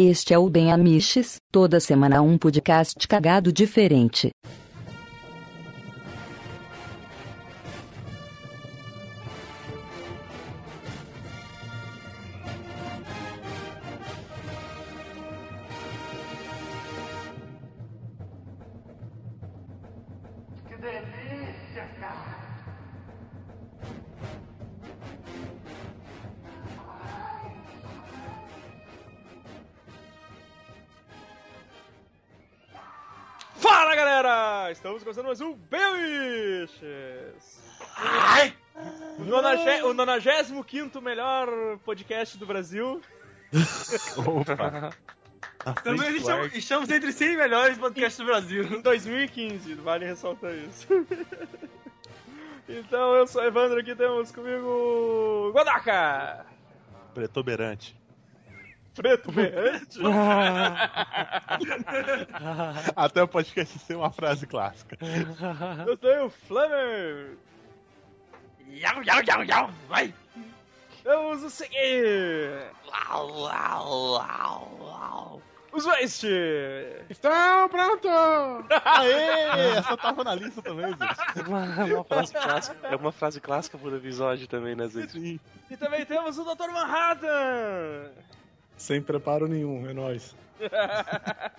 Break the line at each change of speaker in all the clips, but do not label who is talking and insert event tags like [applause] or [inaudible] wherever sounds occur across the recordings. Este é o Ben Amiches, toda semana um podcast cagado diferente.
Que delícia, cara!
Fala galera! Estamos começando mais um Beliches! O nonagé- O 95 melhor podcast do Brasil.
Também estamos, estamos entre 100 melhores podcasts do Brasil.
Em 2015, vale ressaltar isso. [laughs] Então eu sou o Evandro, aqui temos comigo. Godaka!
Pretoberante.
Preto Berrante!
Até o podcast ser uma frase clássica.
Eu tenho o Flamer!
Yau, yau, yau, yau, vai!
Temos o Segui!
Uau, uau, uau, uau.
Os Waste!
Estão pronto! Aê! Essa tava na lista também, gente.
[laughs] Uma- uma frase clássica- é uma frase clássica por episódio também, né, Zé?
Sim.
E também temos o Dr. Manhattan!
Sem preparo nenhum, é nóis.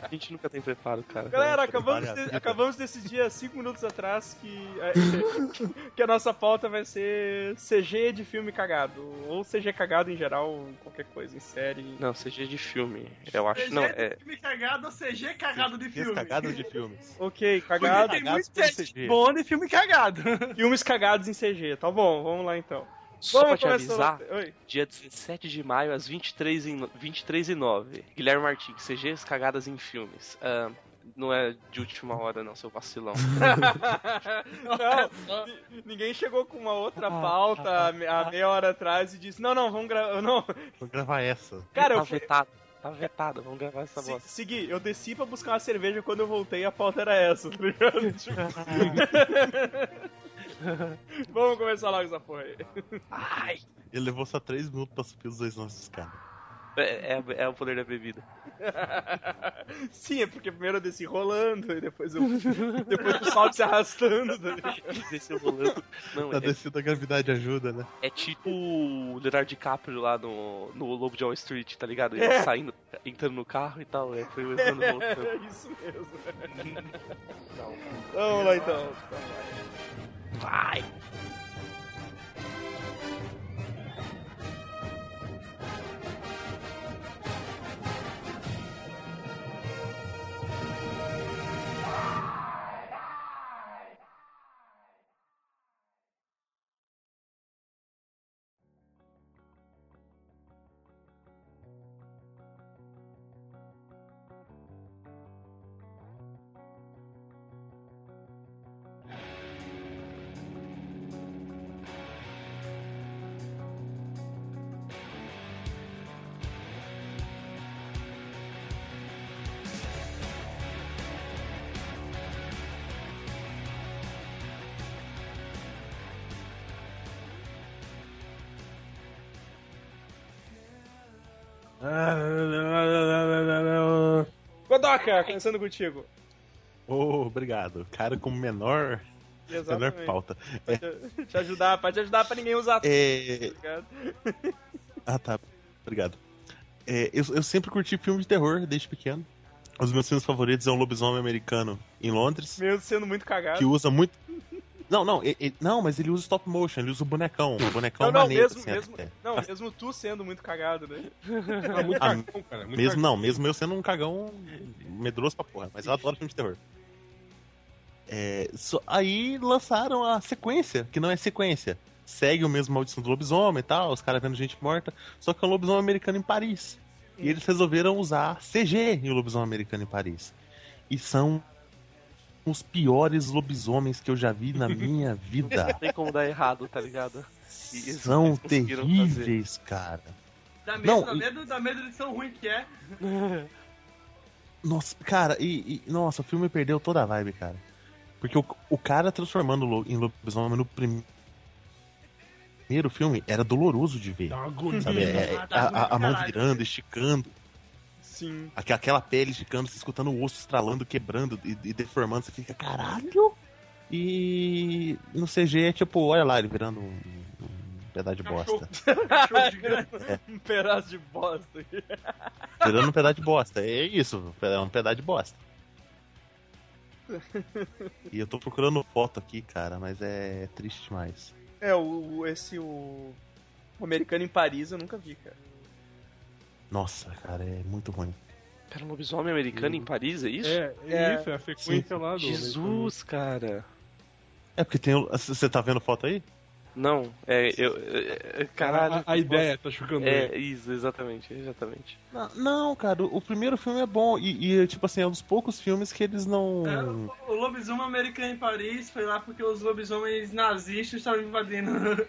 A gente nunca tem preparo, cara.
Galera, acabamos
Trabalhar.
de, acabamos de decidir há 5 minutos atrás que a, [laughs] que a nossa pauta vai ser CG de filme cagado. Ou CG cagado em geral, em qualquer coisa, em série.
Não, seja de filme. Eu acho.
CG
Não,
de
é.
filme cagado ou CG cagado de filme?
Descagado de filmes.
Ok,
Porque
cagado.
tem
cagado
muito
pelo
CG
CG.
bom de filme cagado.
Filmes cagados em CG. Tá bom, vamos lá então.
Só pra
vamos
te avisar,
Oi. [laughs]
dia 17 de maio, às 23 e, no- 23 e 9 Guilherme Martins, CGs cagadas em filmes. Ah, não é de última hora, não, seu vacilão.
não, ni- ninguém chegou com uma
Ah.
outra pauta há me- há meia hora atrás e disse: Não, não, vamos gravar.
[laughs]
Não,
Vou gravar essa.
[laughs] cara,
tá
eu fui.
vetado. Tá vetado, vamos gravar essa
Se,
bosta.
segui, eu desci pra buscar uma cerveja quando eu voltei a pauta era essa, tá
[laughs]
ligado? Tipo, [laughs] Vamos começar logo essa porra aí. [laughs]
Ai!
Ele levou só 3 minutos pra subir os dois lances, cara.
É, é- é o poder
[laughs]
da bebida.
Sim, é porque primeiro eu desci rolando e depois eu. Depois
[laughs]
o salto se arrastando. tá ligado?
Desceu rolando. é Não,
A
é,
descida da gravidade ajuda,
[laughs]
né?
É tipo o Leonardo DiCaprio lá no, no Lobo de Wall Street, tá ligado? Ele
É.
saindo, entrando no carro e tal, é, foi o Evandro voltando.
É isso [laughs] mesmo. Vamos lá então.
um, Vai!
Godoka, começando contigo.
Oh, obrigado. Cara com menor, menor pauta.
Pra te, te ajudar, pra te ajudar pra ninguém usar.
É,
tá ligado?
Ah, tá. Obrigado. É, eu, eu sempre curti filme de terror desde pequeno. Os meus filmes favoritos é um lobisomem americano em Londres,
Mesmo sendo muito
que
cagado.
usa muito. Não, não, e- e- não, mas ele usa stop motion, ele usa o bonecão. O bonecão
Não, não,
maneiro,
mesmo,
assim,
mesmo,
até.
não, mesmo tu sendo muito cagado, né?
Ah, muito
Ah,
cagão, cara. Muito
Mesmo não, mesmo eu sendo um cagão medroso pra porra, mas eu adoro filme de terror. É, só- aí lançaram a sequência, que não é sequência. Segue o mesmo maldição do lobisomem e tal, os caras vendo gente morta, só que é um lobisomem americano em Paris. E eles resolveram usar CG em o lobisomem americano em Paris. E são os piores lobisomens que eu já vi
[laughs]
na minha vida.
Não tem como dar errado, tá ligado? E eles-
São
eles conseguiram
terríveis, cara.
Dá medo,
Não,
dá,
e-
medo, dá medo de tão ruim que é.
Nossa, cara, e, e- nossa, o filme perdeu toda a vibe, cara. Porque o, o cara transformando o lo- em lobisomem no prim- primeiro filme era doloroso de ver.
Dá uma agonia.
Sabe? É- é-
Ah, tá
a,
ruim
a-
pra
a mão
caralho.
virando, esticando.
Sim.
Aque- Aquela pele ficando, você escutando o osso estralando, quebrando e, e deformando, você fica, caralho! E no CG é tipo, olha lá, ele virando um, um pedaço de bosta.
Cachorro de grana. Um pedaço de bosta.
Virando um pedaço de bosta. É isso, é um pedaço de bosta. E eu tô procurando foto aqui, cara, mas é triste demais.
É, o, o- esse, o... o americano em Paris eu nunca vi, cara.
Nossa, cara, é muito ruim.
Pera, um lobisomem americano em Paris, é isso?
É,
É.
é isso, é a sequência lá do.
Jesus, cara.
É porque tem. o- Você tá vendo foto aí?
Não, é, eu. é, é,
Caralho,
caralho.
a, a ideia tá chocando.
É,
ele.
isso, exatamente, exatamente.
Não, não, cara, o primeiro filme é bom. E, e, tipo assim, é um dos poucos filmes que eles não.
É, o- o lobisomem americano em Paris foi lá porque os lobisomens nazistas estavam invadindo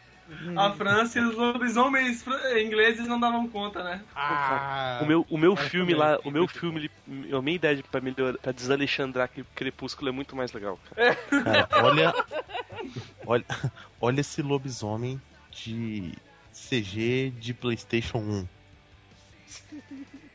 a França e os lobisomens fran- ingleses não davam
[laughs]
conta, né?
Ah,
O meu, o meu
Mas
filme
também,
lá,
tem
o meu
muito
filme, ele- a minha ideia de- pra, melhorar, pra desalexandrar que Crepúsculo é muito mais legal, cara.
Cara, olha, olha. Olha esse lobisomem de CG de PlayStation 1.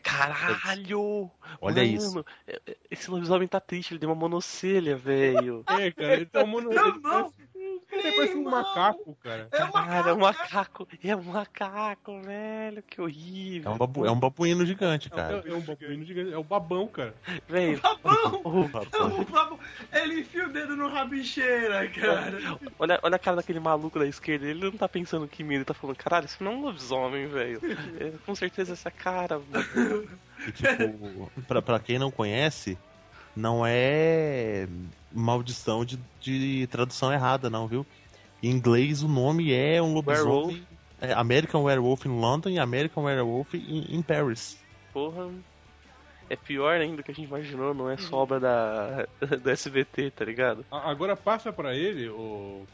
Caralho!
Olha
Mano,
isso.
é- é- Esse lobisomem tá triste, ele deu uma monocelha, velho.
É, cara, ele tá um mono...
Não,
ele
não!
parece- Ele parece um macaco, cara.
É uma
Cara, é um macaco, é um macaco, velho, que
É
horrível.
um, babu, é um babuíno gigante,
É,
cara.
um- é um babuíno gigante, é o babão, cara.
Velho,
Babão!
oh,
O babão- Ele enfia o dedo no rabicheira, cara.
olha, olha a cara daquele maluco da esquerda, ele não tá pensando que mira, ele tá falando, caralho, isso não é um lobisomem, velho. É, com certeza essa cara, mano.
E, tipo, pra, pra quem não conhece, não é maldição de, de tradução errada, não, viu? Em inglês o nome é um lobisomem.
Werewolf,
É American Werewolf em London e American Werewolf em, em Paris.
porra. É pior ainda do que a gente imaginou, não é só obra da, do SBT, tá ligado?
A- Agora passa pra ele, o.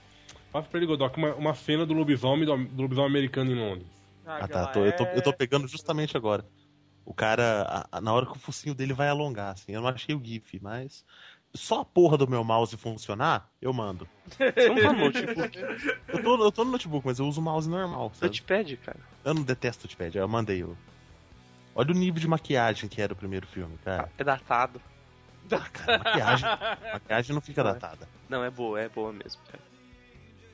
Passa pra ele, Godoc, uma, uma cena do lobisomem, do, do lobisomem americano em Londres.
Ah, tá. tô- eu, tô, eu tô pegando justamente agora. O cara, a- a- na hora que o focinho dele vai alongar, assim. Eu não achei o GIF, mas. Só a porra do meu mouse funcionar, eu mando.
Você não tá
[laughs]
no notebook,
Eu tô, eu tô no notebook, mas eu uso o mouse normal.
você
sabe?
te pede, cara.
Eu não detesto o Touchpad, eu mandei o. Olha o nível de maquiagem que era o primeiro filme, cara.
É datado.
Ah, Cara,
[laughs]
maquiagem, [laughs] maquiagem não fica datada.
Não, é boa, é boa mesmo, cara.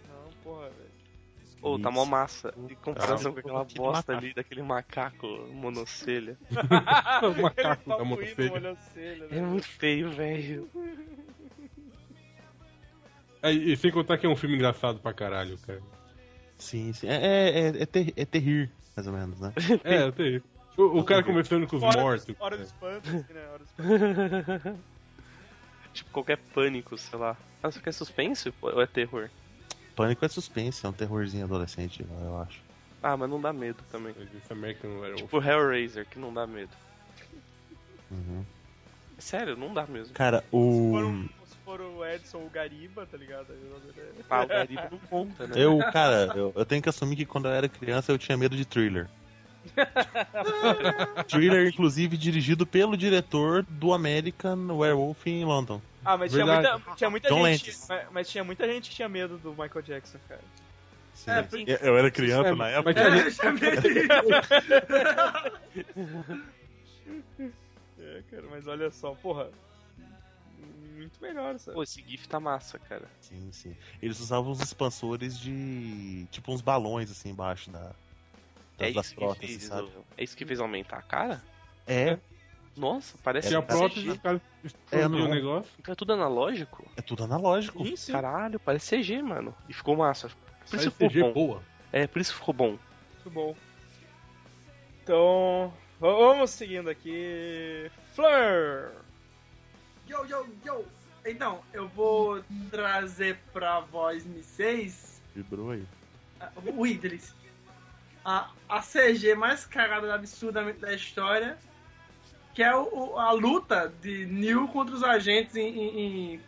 Não, porra,
[laughs]
velho.
Ô, tá mó massa. Em comparação
Caralho.
com aquela
Que
bosta
macaco.
ali daquele macaco monocelha.
é
O macaco da
Ele
monocelha.
monocelha,
É
um né?
muito feio, velho.
É, e sem contar que é um filme engraçado pra caralho, cara.
Sim, sim. É, é, é, é, ter, é terrir, mais ou menos, né?
É, eu tenho. O, o cara conversando com os
Hora do-
mortos.
Hora do
cara.
espanto, assim, né? Hora do espanto.
Tipo, qualquer pânico, sei lá. Ah, você quer suspense Pô, ou é terror?
Pânico é suspense, é um terrorzinho adolescente, eu acho.
Ah, mas não dá medo também.
Esse American Werewolf.
Tipo Hellraiser, que não dá medo.
Uhum.
Sério, não dá mesmo.
Cara,
Se
o.
for um- o- Se for o Edson ou o Gariba, tá ligado? Aí-
Ah, o Gariba não conta, né?
Eu, cara, eu, eu tenho que assumir que quando eu era criança eu tinha medo de thriller. thriller, inclusive, dirigido pelo diretor do American Werewolf em London.
Ah, mas tinha
Verdade.
muita, tinha muita
John
gente.
Landis.
Mas, mas tinha muita gente que tinha medo do Michael Jackson, cara.
É, sim.
Eu- eu era criança
É,
na
mas-
época.
mas
[laughs]
tinha
É,
gente-
eu chamei de-
É, cara, mas olha só, porra. Muito melhor, sabe?
Pô, esse GIF tá massa, cara.
Sim, sim. Eles usavam uns expansores de. tipo uns balões assim embaixo da.
é
Das, das
isso que
próteses,
fez,
sabe?
o- é isso que fez aumentar a cara?
É,
Nossa, parece
Tinha
É,
a prótese, os
CG.
caras
É,
explodiam
não-
o negócio.
Então é tudo analógico?
é tudo analógico.
Sim, sim.
Caralho, parece CG, mano. E ficou massa. Por
Aí
isso ficou
CG
bom.
boa.
É, por isso ficou bom.
Muito bom. Então, v- vamos seguindo aqui. Fleur!
Yo, yo, yo. Então, eu vou trazer pra voz Mi 6
Vibrou aí.
ah, o Idris. A, a CG mais cagada absurdamente da história, que é o- o- a luta de Neo contra os agentes em, em- em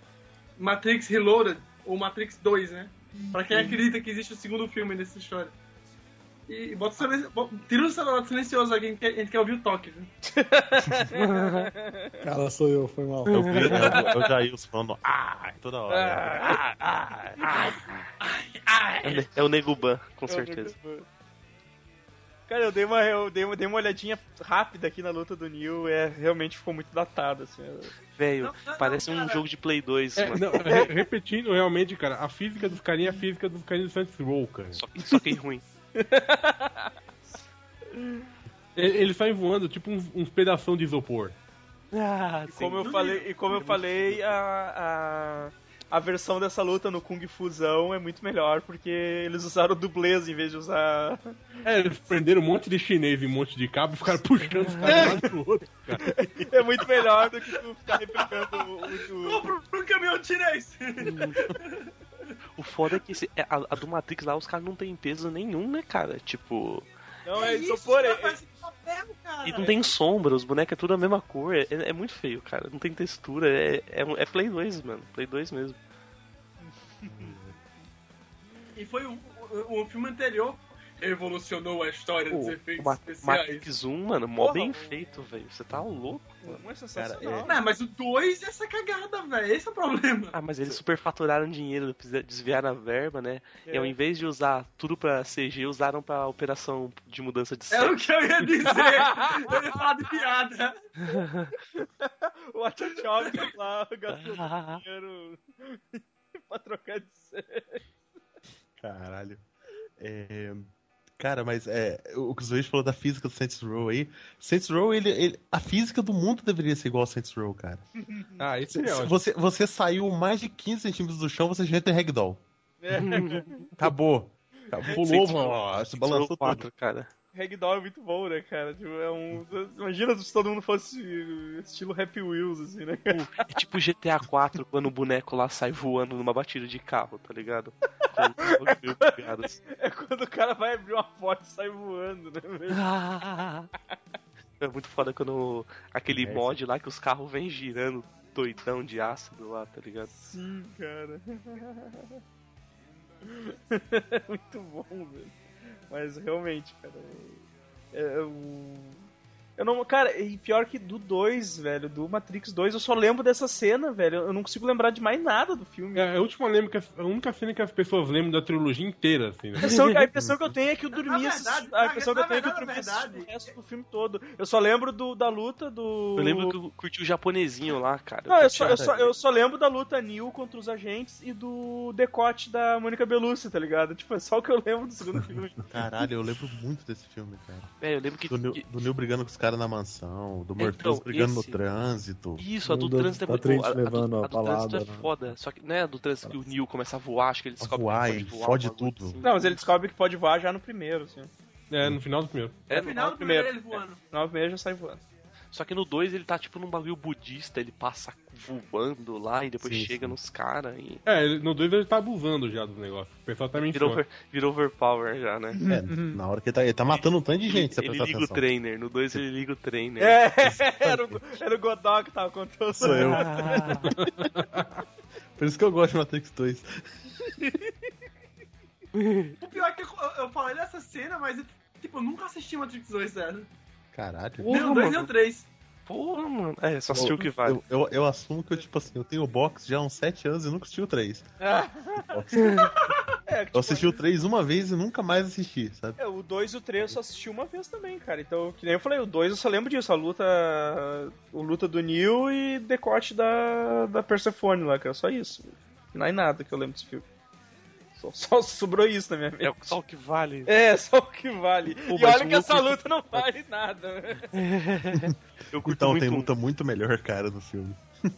Matrix Reloaded, ou Matrix 2, né? Pra quem acredita que existe o segundo filme nessa história. E, e bota o silencio, bota- tira o celular silencioso aqui, a gente quer, a gente quer ouvir o toque, viu?
Cara, sou eu, foi mal.
Eu vi né?
[laughs]
eu, eu Jailson falando ah toda hora.
É
É o Ne- É o Neguban, com certeza.
Cara, eu dei uma, eu dei uma, dei uma olhadinha rápida aqui na luta do Neil, é, realmente ficou muito datado, assim.
Velho,
Não, não,
parece
não,
um
cara.
jogo de Play 2,
É,
[laughs] mano.
não, re- repetindo, realmente, cara, a física dos carinhas é a física dos carinhas do Saints Row, cara.
Só, que- só que é ruim.
Ele- Eles saem voando tipo uns, uns pedação de isopor.
Ah,
E como eu falei, e como eu falei, a, a, a versão dessa luta no Kung Fusão é muito melhor, porque eles usaram dublês em vez de usar.
É, eles prenderam um monte de chinês e um monte de cabo e ficaram [laughs] puxando os caras de um lado pro outro.
É muito melhor do que tu ficar replicando o. o, o...
Compro um caminhão chinês.
O foda é que esse- é, a, a do Matrix lá, os caras não tem peso nenhum, né, cara? Tipo.
Não, é
isso,
isopor,
cara,
é-
parece papel, cara.
E não tem sombra, os bonecos é tudo a mesma cor. É, é muito feio, cara. Não tem textura. É, é, um- é Play 2, mano. Play 2 mesmo.
E foi o, o, o filme anterior revolucionou a história
O,
dos
o
efeitos
Ma-
especiais.
Matrix 1, mano, mó
Porra,
bem
o-
feito, velho. Você tá louco.
Um é sensacional.
Não, mas o 2 é essa cagada, velho. Esse é o problema.
[laughs] Ah, mas eles superfaturaram dinheiro, desviaram a verba, né? E ao
É.
invés de usar tudo pra CG, usaram pra operação de mudança de
Era
sexo.
É o que eu ia dizer. eu ia falar de piada.
O Atchachok lá gastou
Ah,
dinheiro [laughs] pra trocar de série.
Caralho. É, Cara, mas é, o que o Zoe falou da física do Saints Row aí. Saints Row, ele, ele- a física do mundo deveria ser igual ao Saints Row, cara.
Ah, esse
Se- se Você, você saiu mais de 15 centímetros do chão, você já entra em ragdoll.
[laughs]
Acabou. Pulou,
Saints
mano,
Row.
ó, se
Sobrou
balançou tudo.
quatro, cara.
Ragdoll é muito bom, né, cara? Tipo, é um... Imagina se todo mundo fosse estilo Happy Wheels, assim, né? [laughs] cara?
É tipo GTA 4 quando o boneco lá sai voando numa batida de carro, tá ligado? Com os mil pegadas.
É quando o cara vai abrir uma porta e sai voando, né? velho?
Ah. É muito foda quando aquele
Merda.
mod lá que os carros vêm girando doidão de ácido lá, tá ligado?
Sim, cara. [laughs] muito bom, velho. Mas realmente, cara. É, o... Eu não. Cara, e pior que do 2, velho, do Matrix 2, eu só lembro dessa cena, velho. Eu não consigo lembrar de mais nada do filme.
É a última lembra que as- a única cena que as pessoas lembram da trilogia inteira, assim, né?
A impressão, a impressão que eu tenho é que eu dormi
Na
assisti-
verdade,
A impressão que eu
na
tenho é que eu
verdade,
dormi
na
assistindo o
verdade-
resto do filme todo. Eu só lembro do- da luta do.
Eu lembro que eu curti o japonesinho lá, cara.
Não, Ah, eu
curti
só,
a-
eu, só, eu só lembro da luta Neil contra os agentes e do decote da Mônica Bellucci, tá ligado? Tipo, é só o que eu lembro do segundo [laughs] filme.
Caralho, eu lembro muito desse filme, cara.
É, eu lembro que.
Do Neil,
que-
do Neil brigando com os caras na mansão, do Mortez
Então,
brigando no
esse- [laughs]
trânsito.
Isso, a do
Um da-
trânsito é
da
muito
Trent
boa. A, a
levando
do,
a
a do trânsito é
palavra, né?
foda. Só que não é a do trânsito que o Neil começa a voar, acho que ele descobre
voar,
que
ele
pode voar.
fode
um bagulho
tudo.
assim.
Não, mas ele descobre que pode voar já no primeiro, assim.
É, no final do primeiro.
É,
No final
no
do primeiro ele voando.
Nove meses já sai voando.
Só que no 2 ele tá tipo num bagulho budista, ele passa voando lá e depois
Sim,
chega
sim.
nos caras e
É, ele- no 2 ele tá abusando já do negócio. O pessoal tá me
vira,
enchendo.
over- vira overpower já, né?
É, na hora que ele tá, ele tá matando um tanto de gente, se você
ele
prestar
liga
atenção.
o trainer, no 2 ele liga o
[laughs]
trainer.
É, era o, era o Godot que tava contando.
Sou eu. [laughs] Por isso que eu gosto de Matrix 2.
O pior é que eu, eu falei dessa cena, mas tipo, eu nunca assisti Matrix 2 dela.
Caralho.
Nem o 2 nem o 3.
Porra, mano. É, só assistiu o que vale.
Eu, eu, eu assumo que eu, tipo assim, eu tenho o box já há uns 7 anos e nunca assisti o
[laughs]
3.
É, tipo,
Eu assisti o 3 uma vez e nunca mais assisti, sabe?
é, o 2 e o 3 eu só assisti uma vez também, cara. Então, que nem eu falei, o 2 eu só lembro disso. A luta. O luta do Neil e decote da, da Persephone lá, cara. Só isso. Não é nada que eu lembro desse filme. Só, só sobrou isso na minha mente.
É só o que vale.
É, só o que vale.
Pô,
e
mas
olha que
o
essa
outro-
luta não vale nada. né?
Eu curto
Então,
muito
tem
um-
luta muito melhor, cara, no filme. [laughs]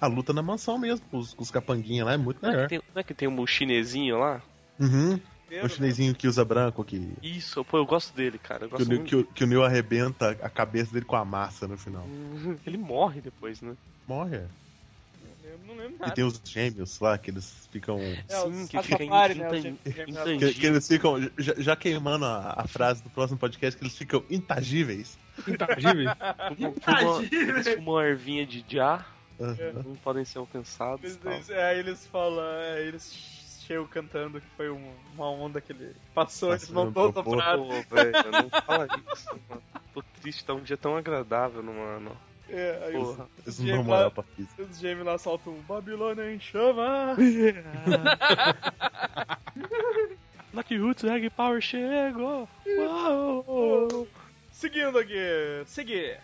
A luta na mansão mesmo, com os, com os capanguinha lá, é muito
Não é, que
melhor.
tem, não é que tem um chinesinho lá?
Uhum. O chinesinho que usa branco, que,
Isso, pô, eu gosto dele, cara. Eu
que, o,
gosto
Neo-
muito.
que, o, que o Neo arrebenta a cabeça dele com a massa no final.
Ele morre depois, né?
Morre.
Eu não lembro
E
nada.
tem os gêmeos lá, que eles ficam.
É,
Sim,
os-
que
a
fica
Safari, né,
intan-
o James-
Que, que
intangível.
eles ficam. Já, já queimando a, a frase do próximo podcast, que eles ficam intangíveis.
Intangível.
Fumam- fumam-
Tadinho,
Eles
velho.
fumam a ervinha de já,
Aham.
não podem ser alcançados.
Eles,
tá? tal.
eles, é, eles falam, é, eles chegam cantando que foi um- uma onda que ele passou, eles
Passou,
montou essa
propôs.
frase.
Pô, velho, não fala isso. mano. Tô triste, tá um dia tão agradável, mano.
É, aí os,
Porra.
Eles não dão moral pra física.
os gêmeos lá soltam um Babilônia em chama.
Black Roots, Reg Power chegou! Uau!
Seguindo aqui. Seguir.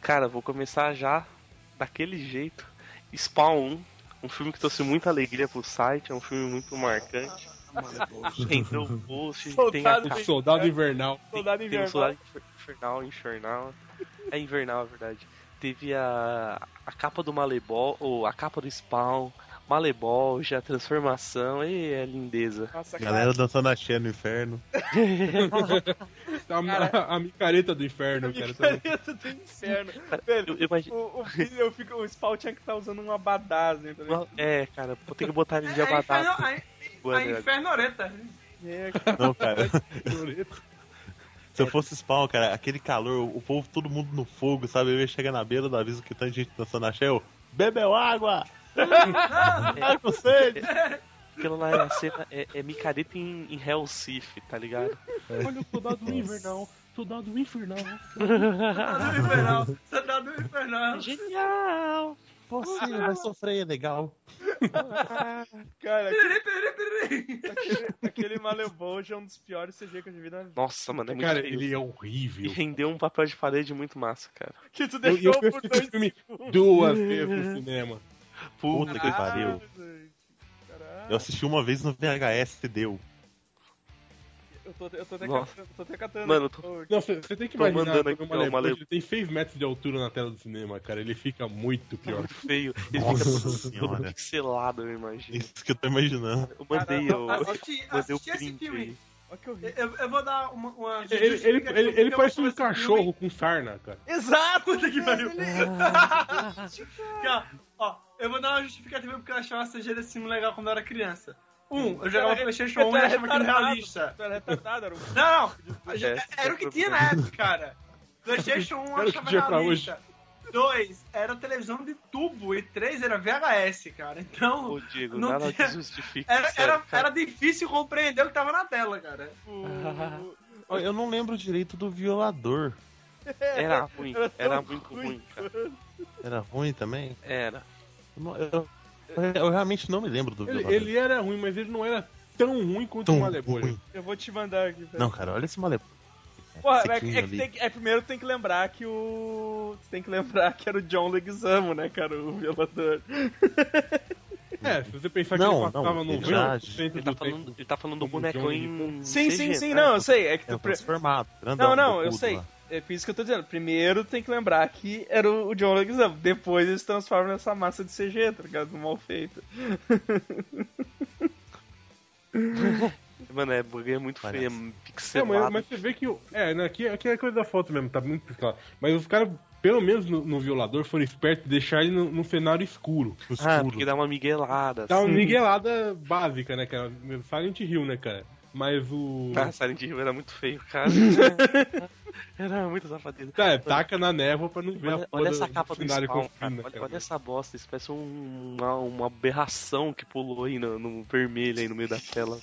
Cara, vou começar já daquele jeito. Spawn 1, um filme que trouxe muita alegria pro site, é um filme muito marcante. Entrou o post, tem a
Soltado
O
capa,
Soldado Invernal.
Soldado
tem o
Invernal.
Soldado Infer- Infernal, Infernal. É Invernal, é verdade. Teve a, a capa do Malebol, ou a capa do Spawn, Malebol, já a transformação, e é lindeza.
Nossa,
Galera dançando axé no inferno.
A, a, a micareta do inferno,
[laughs]
cara. tá-
Micareta do inferno. Velho,
Eu- eu imagi-
o, o, filho- eu fico, o Spawn tinha que estar usando um abadás, né? Tá ligado?
É, cara, vou ter que botar ele de
É, é
avatar.
inferno- é a- a
né?
Infernoreta.
É,
Não, cara. Se eu fosse spawn, cara, aquele calor, o povo, todo mundo no fogo, sabe? Eu ia chegar na beira do aviso que tanta gente dançando axé, eu, bebeu água! Ai, com sede!
Aquilo lá é, a cena, é, é micareta em, em Hellsif, tá
[laughs]
ligado?
Olha o Soldado Invernal. Soldado Infernal.
Soldado Infernal. Soldado Infernal.
Genial!
Você vai sofrer, é legal.
Cara,
Piriri, piriri, piriri.
aquele, aquele Maleboja é um dos piores CG que eu já vi na vida.
Nossa, mano, é muito
Cara,
feio.
ele é
E
horrível.
rendeu um papel de parede muito massa, cara.
Que tu [laughs]
Eu,
deixou
eu fui
por
assistir
dois
o filme duas vezes no cinema.
Puta que pariu.
Caralho, gente. Caralho.
Eu assisti uma vez no VHS e deu.
Eu tô, eu tô até
Nossa.
catando. Tô até catando
Mano, eu
aqui.
Não, você você tem que
Tô
imaginar
mandando
que o
aqui, ó, uma
Malebol
le-
ele tem 6 metros de altura na tela do cinema, cara. Ele fica muito pior.
Muito feio. Ele
Nossa
fica todo- todo
senhora.
pixelado, eu imagino.
É Isso que eu tô imaginando.
Eu mandei, eu,
Assisti,
mandei o
assisti esse
print
filme.
aí.
Olha que horrível.
Eu, eu vou dar uma. uma
Ele, ele, ele,
justificativa
ele- ele
porque eu é
parece
vou
um
falar desse
cachorro com sarna, cara.
Exato!
Puta que
velho,
pariu.
ele-
filme. Cara, ó, eu vou dar uma justificativa porque eu achava a CG desse filme legal quando eu era criança. Um, eu jogava
Cara,
PlayStation
eu
1 e
era
achava aquilo
retardado.
realista.
Era retardado, era um
Não, não.
É,
Era o que tinha na época, cara. PlayStation 1
Era o que
achava
tinha pra
realista. Dois, era televisão de tubo. E três, era VHS, cara. Então,
Ô, Diego,
Não
nada
tem-
disso justifica.
era,
sério,
era,
cara.
era difícil compreender o que tava na tela, cara.
tipo.
Ó, Eu não lembro direito do violador.
Era ruim,
era tão
era muito
ruim,
ruim, cara.
Era ruim também?
Era.
Eu, não- eu- eu realmente não me lembro do
Ele,
violador.
ele era ruim, mas ele não era tão ruim quanto
Tão
o Malebol.
ruim.
Eu vou te mandar aqui. velho.
Não, cara, olha esse malepolho.
Porra, é,
Sequinho
é, que
ali.
tem que- é, primeiro tem que lembrar que o. Tu tem que lembrar que era o John Leguizamo, né, cara? O violador.
É, se você pensar
Não,
que ele passava
não,
no
verdade.
Ele tá
do tempo.
falando, ele tá falando do
Como
boneco
Johnny
em.
Sim, sim,
CG,
sim,
né?
não, eu sei. É que
É
tu.
um
pre-
transformado. grandão,
Não, não,
bocudo
eu sei.
um lá.
É por isso que eu tô dizendo. Primeiro tem que lembrar que era o o John Leguizamo. Depois eles transformam nessa massa de CG, tá ligado? Mal feito.
Mano, é, bug é muito feio, é
É,
pixelado.
mas, mas você vê que. o- É, né, aqui, aqui é coisa da foto mesmo, tá muito claro. Mas os caras, pelo menos no, no violador, foram espertos em deixar ele no, no cenário escuro.
Ah, porque dá uma miguelada.
Dá um- uma
assim.
miguelada básica, né, cara? Silent Hill, né, cara? Mas o.
Ah, Silent Hill era muito feio,
[laughs]
cara. era muito safadeza.
Tá, é, taca na névoa pra não ver a
Olha,
porra
olha
do-
essa
do
capa do
cenário
Spawn,
com
cara.
fina,
Olha, olha essa bosta, isso parece um- uma, uma aberração que pulou aí no, no vermelho aí no meio da tela.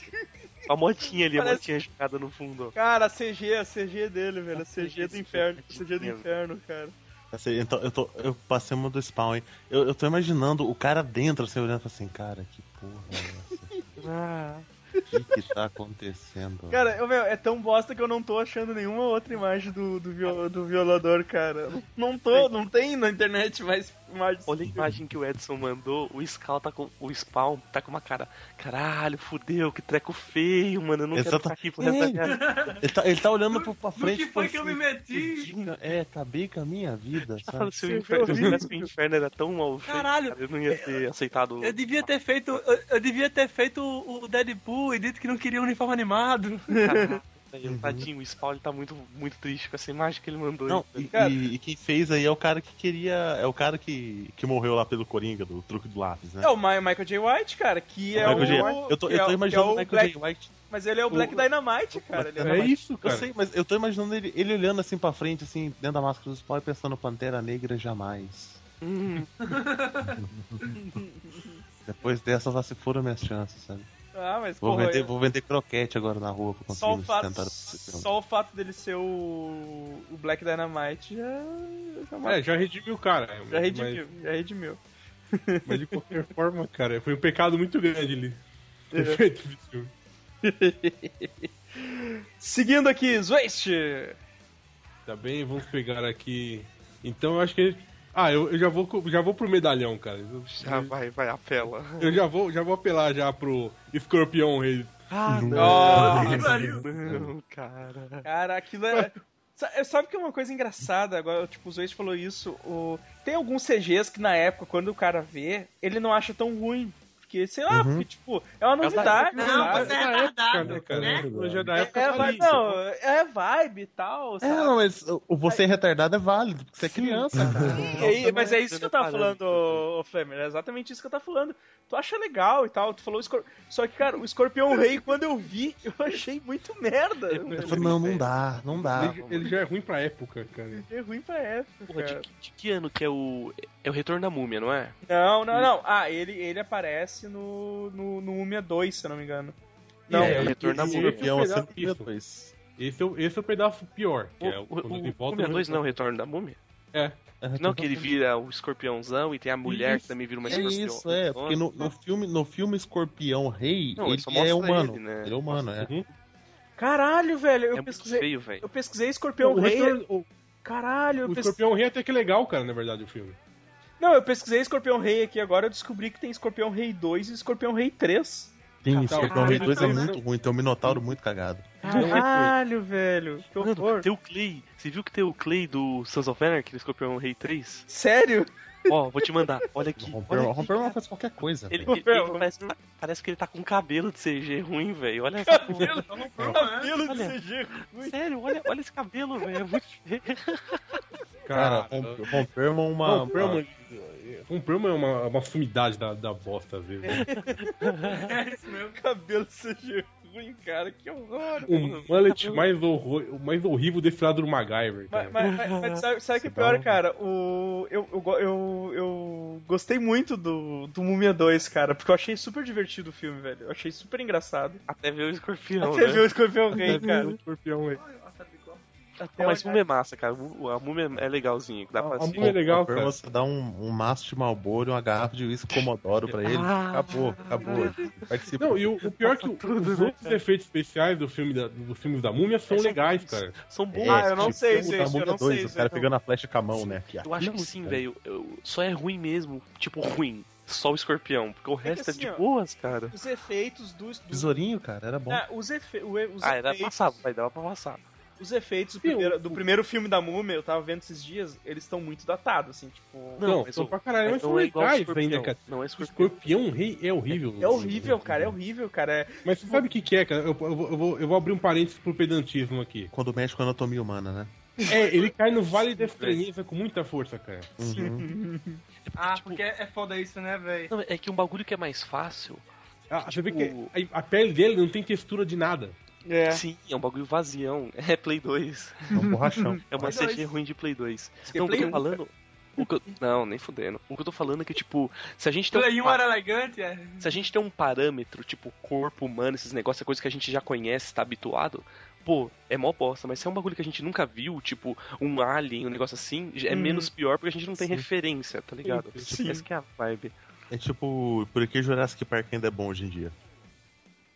A motinha ali, a
Parece-
motinha jogada no fundo. ó.
Cara, a CG, a CG dele, velho. A CG do
CG,
inferno.
sim.
CG do inferno, cara.
Assim, então, eu, tô, eu passei uma do spawn, hein? Eu, eu tô imaginando o cara dentro, assim, olhando assim, cara, que porra é
[laughs]
essa?
Ah,
O que, que tá acontecendo?
Cara, eu, meu, é tão bosta que eu não tô achando nenhuma outra imagem do, do, viol- do violador, cara. Não tô, não tem na internet mais imagens.
olha
Uhum.
a imagem que o Edson mandou, o Scal tá com. O Spawn tá com uma cara. Caralho, fudeu, que treco feio, mano. Eu não quero
Exata-
ficar aqui pro resto da minha vida.
ele, tá, ele tá olhando pro, pra
Do
frente.
que foi que eu me
assim,
meti?
"Tadinho, É, acabei com a minha vida,
Fala,
sabe?
se o inferno, se eu tivesse que o inferno era tão mal feito,
Caralho,
cara, eu não
é,
ia ter aceitado.
Eu devia ter feito. Eu, eu devia ter feito o o Deadpool e dito que não queria um uniforme animado.
Caraca,
Uhum.
velho, Tadinho, o Spawn ele tá muito, muito triste com essa imagem que ele mandou.
Não,
aí,
e,
cara.
e- e quem fez aí é o cara que queria. É o cara que, que morreu lá pelo Coringa, do truque do lápis, né?
É o Ma- Michael J. White, cara, que é o.
Michael J. Eu tô,
que
eu
é-
tô
que é
imaginando
o
o Michael
Black-
J. White.
Mas ele é o Black
o-
Dynamite, cara. Ele é-
É isso,
Eu
cara.
sei, mas eu tô imaginando ele, ele olhando assim pra frente, assim, dentro da máscara do spawn e pensando Pantera Negra jamais. [laughs]
Hum,
Depois dessa lá se foram minhas chances, sabe?
Ah, mas
Vou,
porra.
vender,
é-
vou vender croquete agora na rua pra
Só
conseguir
o,
me
fato,
sustentar.
só o fato dele ser o, o Black Dynamite já. Já,
É, já redimiu o cara.
já
mas-
redimiu, já é redimiu.
[laughs] É.
Mas de qualquer forma, cara, foi um pecado muito grande ali. Ter feito [laughs] esse filme.
[laughs] Seguindo aqui, Zwaste.
Tá bem, vamos pegar aqui. Então eu acho que. a gente- Ah, eu, eu já, vou, co- já vou pro medalhão, cara. Eu,
Já vai, vai, apela.
eu já, vou, já vou apelar já pro escorpião rei.
Ah,
Que pariu.
[laughs] não, cara.
Cara, aquilo é. Sa- Sabe que é uma coisa engraçada, agora, tipo, o Zoe falou isso. O... Tem alguns CGs que na época, quando o cara vê, ele não acha tão ruim. Porque, sei lá, porque, tipo, é uma novidade.
Não,
sabe?
você é retardado, né?
Tecnologia da
Tá,
época
É,
fazia
vai-
isso.
não, é vibe e tal,
É,
sabe?
não, mas o o você é retardado é válido, porque você é criança, cara.
E aí- mas é isso que eu tava falando, ô, ô Flamer. É exatamente isso que eu tava falando. Tu acha legal e tal, tu falou escor... Só que, cara, o Escorpião Rei, quando eu vi, [laughs] eu achei muito merda.
É
Eu falo, não, não dá, não
Ah,
dá.
Ele, ele já é ruim pra época, cara.
É ruim pra época.
Porra, de,
cara.
que- de que ano que é o. É o Retorno da Múmia, não é?
Não, não, não. Ah, ele, ele aparece no, no, no Múmia 2, se eu não me engano. Não,
é,
esse-
retorno à
esse-
Múmia.
esse é o
Escorpião, assim,
pedaço- isso.
depois.
Esse é o, esse é o pedaço pior. Que
O,
é o,
o,
quando ele
o,
volta.
Múmia 2 não é o Retorno da Múmia?
É.
Não, que ele vira o escorpiãozão e tem a mulher que também vira uma
então tá É
escorpião. né? Então,
isso, é, porque no, no filme, no filme Escorpião Rei,
Não, ele
ele,
só
é
mostra
humano.
ele,
Ele,
né?
é humano, é.
Caralho, velho, eu
É muito
pesquisei.
feio, velho.
Eu pesquisei Escorpião
o,
Rei.
Retorno- o-
Caralho, eu
o
pesquisei.
escorpião rei até que é legal, cara, na verdade, o filme.
Não, eu pesquisei Escorpião Rei aqui agora, eu descobri que tem Escorpião Rei 2 e Escorpião Rei 3.
Sim,
Tá,
Escorpião
tá,
Rei
tá,
2 é
tá,
muito ruim, tem um Minotauro muito cagado.
Caralho, velho. Que
é
horror.
Tem o Clay. Você viu que tem o Clay do Sons of Anarchy, do Escorpião um Rei 3?
Sério?
Ó, vou te mandar. Olha aqui.
Romper,
Olha aqui.
romper uma faz qualquer coisa.
é. Ele,
velho.
ele- ele parece, parece que ele tá com cabelo de CG ruim, velho. Olha essa porra.
Então não prova,
é.
né?
Pelo
Olha.
CG.
Sério, olha, olha esse cabelo, velho. É muito feio.
Cara,
Cara,
romper- romper é uma.
Romper é uma- Romper é uma, uma sumidade da, da bosta, às vezes.
É isso mesmo.
Cabelo CG ruim, cara, que horror.
O Um mullet mais, horror, o mais horrível desfilado do MacGyver, cara.
Mas, mas- mas- mas sabe, sabe que é pior, cara? O, eu, eu, go- eu, eu gostei muito do, do Múmia 2, cara, porque eu achei super divertido o filme, velho. Eu achei super engraçado.
Até ver o escorpião,
Até
né?
ver o Escorpião Rei, cara.
escorpião aí.
Pô, mas o Múmia é massa, cara. O- A Múmia é legalzinho. Dá pra
A
assistir.
Múmia é legal,
Romper,
cara.
você dá um, um maço de malboro e uma garrafa de uísque comodoro pra ele. acabou, acabou. Participa.
Não, e o, o pior é que o- os outros efeitos especiais do filme da, dos filmes da múmia são legais, cara.
São bons.
Ah, eu não
é tipo,
sei,
o da
gente, eu
Múmia
não
2,
sei,
O cara
gente.
pegando a flecha com a mão, né?
Eu acho que sim, velho. Eu- Só é ruim mesmo. Tipo, ruim. Só o escorpião. Porque o resto é,
assim,
de
ó,
boas, cara.
Os efeitos dos. dos
Tesourinho, cara, era bom.
ah, os, efe, o e- os
Ah, era
efeitos,
passado, vai dava pra passar.
os efeitos do primeiro, do primeiro filme da Múmia, eu tava vendo esses dias, eles estão muito datados, assim, tipo.
Não,
Não,
mas
são
o-
pra caralho, mas
não
são
é igual
legais
escorpião.
ainda, um cara.
Não é escorpião.
Escorpião rei é horrível.
É horrível, cara, é horrível, cara. É-
Mas você sabe o que, que é, cara? Eu, eu vou- eu vou, eu vou abrir um parênteses pro pedantismo aqui.
Quando mexe com a anatomia humana, né?
É, ele cai no vale da estranheza com muita força, cara.
Uhum.
Ah, porque é foda isso, né, velho?
Não, é que um bagulho que é mais fácil.
Ah, você vê
Tipo-
que a, a pele dele não tem textura de nada.
É.
Sim, é um bagulho vazião. [laughs] É Play 2.
É
[laughs]
um borrachão.
É uma
Play
CG
dois.
ruim de Play 2.
é
não, o que Então, eu
Play
tô
um,
falando. o que eu- Não, nem fudendo. O que eu tô falando é que, tipo, se a gente tem
Play
um,
1
pa-
era elegante, é.
se a gente tem um parâmetro, tipo, corpo humano, esses negócios, é coisa que a gente já conhece, tá habituado, pô, é mó bosta. Mas se é um bagulho que a gente nunca viu, tipo, um alien, um negócio assim, já é
Uhum.
menos pior porque a gente não tem referência, tá ligado?
Sim.
Essa que é a vibe.
É tipo, por que Jurassic Park ainda é bom hoje em dia?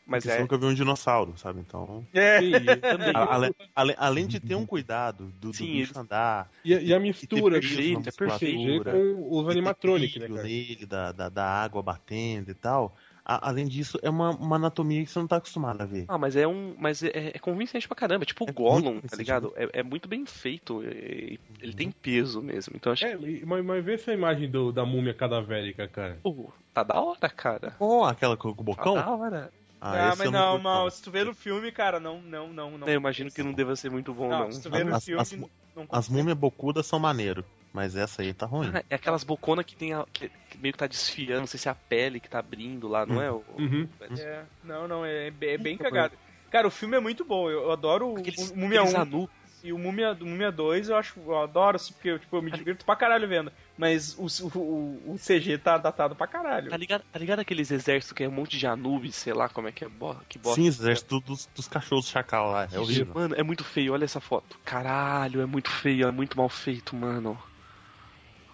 Mas
Porque você
é.
nunca viu um dinossauro, sabe? Então.
É.
E,
Também,
a- ale- ale- além de ter um cuidado do, do
Sim,
bicho
eles-
andar,
e a- e a mistura
E tem
de-
perfeito,
de
é perfeito.
CG com os animatronics, né,
brilho
cara?
nele, da, da, da água batendo e tal. a- além disso, é uma, uma anatomia que você não tá acostumado a ver.
Ah, mas é um. Mas é, é convincente pra caramba. É tipo o
É
Gollum,
muito
tá ligado? É, é muito bem feito. é- ele
Uhum.
tem peso mesmo. Então acho que.
É, mas, mas vê essa imagem do- da múmia cadavérica, cara.
Pô, tá da hora, cara.
Oh, aquela com com o
Tá
bocão?
da hora.
Ah,
esse
mas
eu
não,
curto,
mal. Se tu vê no filme, cara, não, não, não, não.
Eu imagino que não deva ser muito bom, não.
Não, se tu vê no
As-
filme,
as-
não- não
As múmias bocudas são maneiro, mas essa aí tá ruim.
Ah, [laughs] É aquelas boconas que tem a, que que meio que tá desfiando, não sei se é a pele que tá abrindo lá, não é? O,
Hum.
Uhum.
É, não, não, é, é bem- é bem cagado. Cara, o filme é muito bom. Eu eu adoro o
Aqueles,
Mu- Múmia
aqueles
1
anu-
e o Múmia, o Múmia 2, eu acho, eu adoro, assim, porque eu, tipo, eu me divirto pra caralho vendo. Mas o, o, o CG tá datado pra caralho.
Tá ligado, tá ligado aqueles exércitos que é um monte de anubis, sei lá como é que é, bo- que bosta.
Sim, os exércitos dos, dos cachorros chacal lá, é horrível.
Mano, é muito feio, olha essa foto. Caralho, é muito feio, é muito mal feito, mano.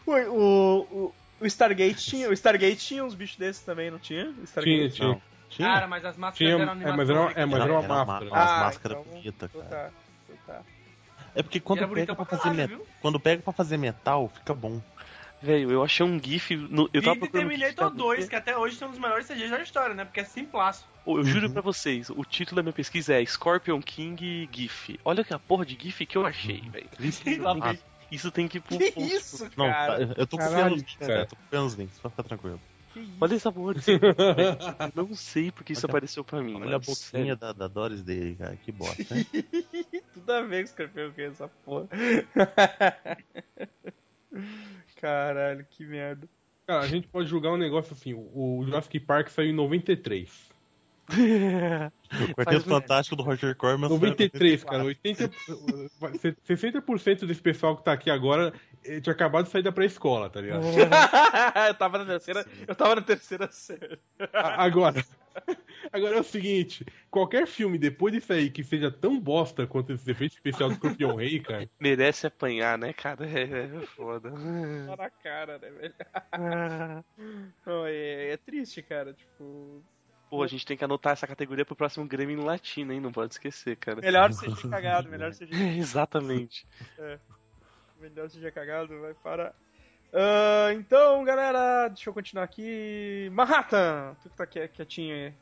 O, o, o- o Stargate tinha. O Stargate tinha uns bichos desses também, não tinha? O Stargate.
Tinha, tinha.
Não. Tinha?
Cara, mas as máscaras
Tinha,
eram
é, mas era, uma-
animatrônicas.
é, mas era uma máscara.
Uma, né? umas
Ah,
máscaras
então-
bonitas,
Então
cara.
tá, então tá.
É porque quando
Era
pega
bonitão
pra
pra
fazer
caralho,
metal,
viu?
quando pega para fazer metal, fica bom.
Velho, eu achei um GIF. No... Eu tava
E
procurando.
de
um GIF pra
Terminator 2,
ver.
que até hoje são um dos melhores CGs da história, né? Porque é simplaço.
Eu
Uhum.
juro pra vocês, o título da minha pesquisa é Scorpion King GIF. Olha que a porra de GIF que eu achei, velho.
Uhum. Ah,
[laughs] Isso tem que ir pro
Que
post.
isso,
não,
cara?
tá, eu tô
Caralho,
confiando nos links, cara.
cara.
Eu tô confiando nos links, pode ficar tranquilo.
Olha essa porra desse GIF, velho.
[laughs]
Não sei porque isso
Olha-
apareceu pra mim.
Olha
mano,
a boquinha
sério.
da, da Doris dele, cara, que bosta, né?
Tudo a ver que escreveu que essa porra. [laughs] Caralho, que merda. [laughs]
Cara, a gente pode julgar um negócio assim. O o Jurassic Park saiu em 93.
O Quarteto
Faz o-
Fantástico do Roger Corman.
93, cara. 80, [laughs] 60% desse pessoal que tá aqui agora eh, tinha acabado de sair da pré-escola, tá ligado?
eu tava na terceira. Eu tava na terceira [laughs] série.
A- Agora, [laughs] agora é o seguinte: qualquer filme depois disso aí que seja tão bosta quanto esse efeito especial do Escorpião Rei, cara,
Merece apanhar, né, cara? [laughs] É, é foda.
Tá na cara, né, velho? [laughs] Não, é, é triste, cara. Tipo.
Pô, a gente tem que anotar essa categoria pro próximo Grêmio em Latino, hein? Não pode esquecer, cara.
Melhor seja cagado, melhor seja,
[laughs] Exatamente.
melhor seja cagado, vai parar. Ah, então, galera, deixa eu continuar aqui. Manhattan! Tu que tá qui- quietinho aí.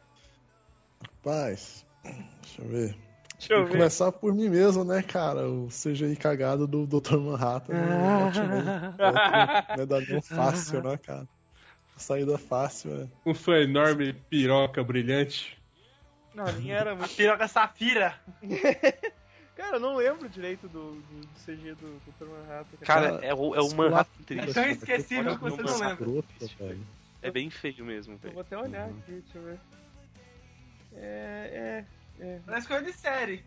Rapaz, deixa eu ver.
Deixa eu
Vou
ver.
começar por mim mesmo, né, cara? O CGI cagado do Dr. Manhattan. né?
Ah.
É um não atinei.
né?
Medalhão fácil, né, cara? Saída fácil, né?
com sua enorme piroca brilhante.
Não, nem era
A
muito.
[laughs] piroca safira.
Cara, eu não lembro direito do, do, do CG do Dr. Manhattan.
Cara, é o, é o Manhattan
Esse
triste.
É tão
cara,
esquecível
olha
que você
como
não
essa
lembra.
Grota, velho.
É bem feio mesmo,
Eu
velho.
vou até olhar aqui, deixa eu ver. É, é, é.
Parece coisa de série.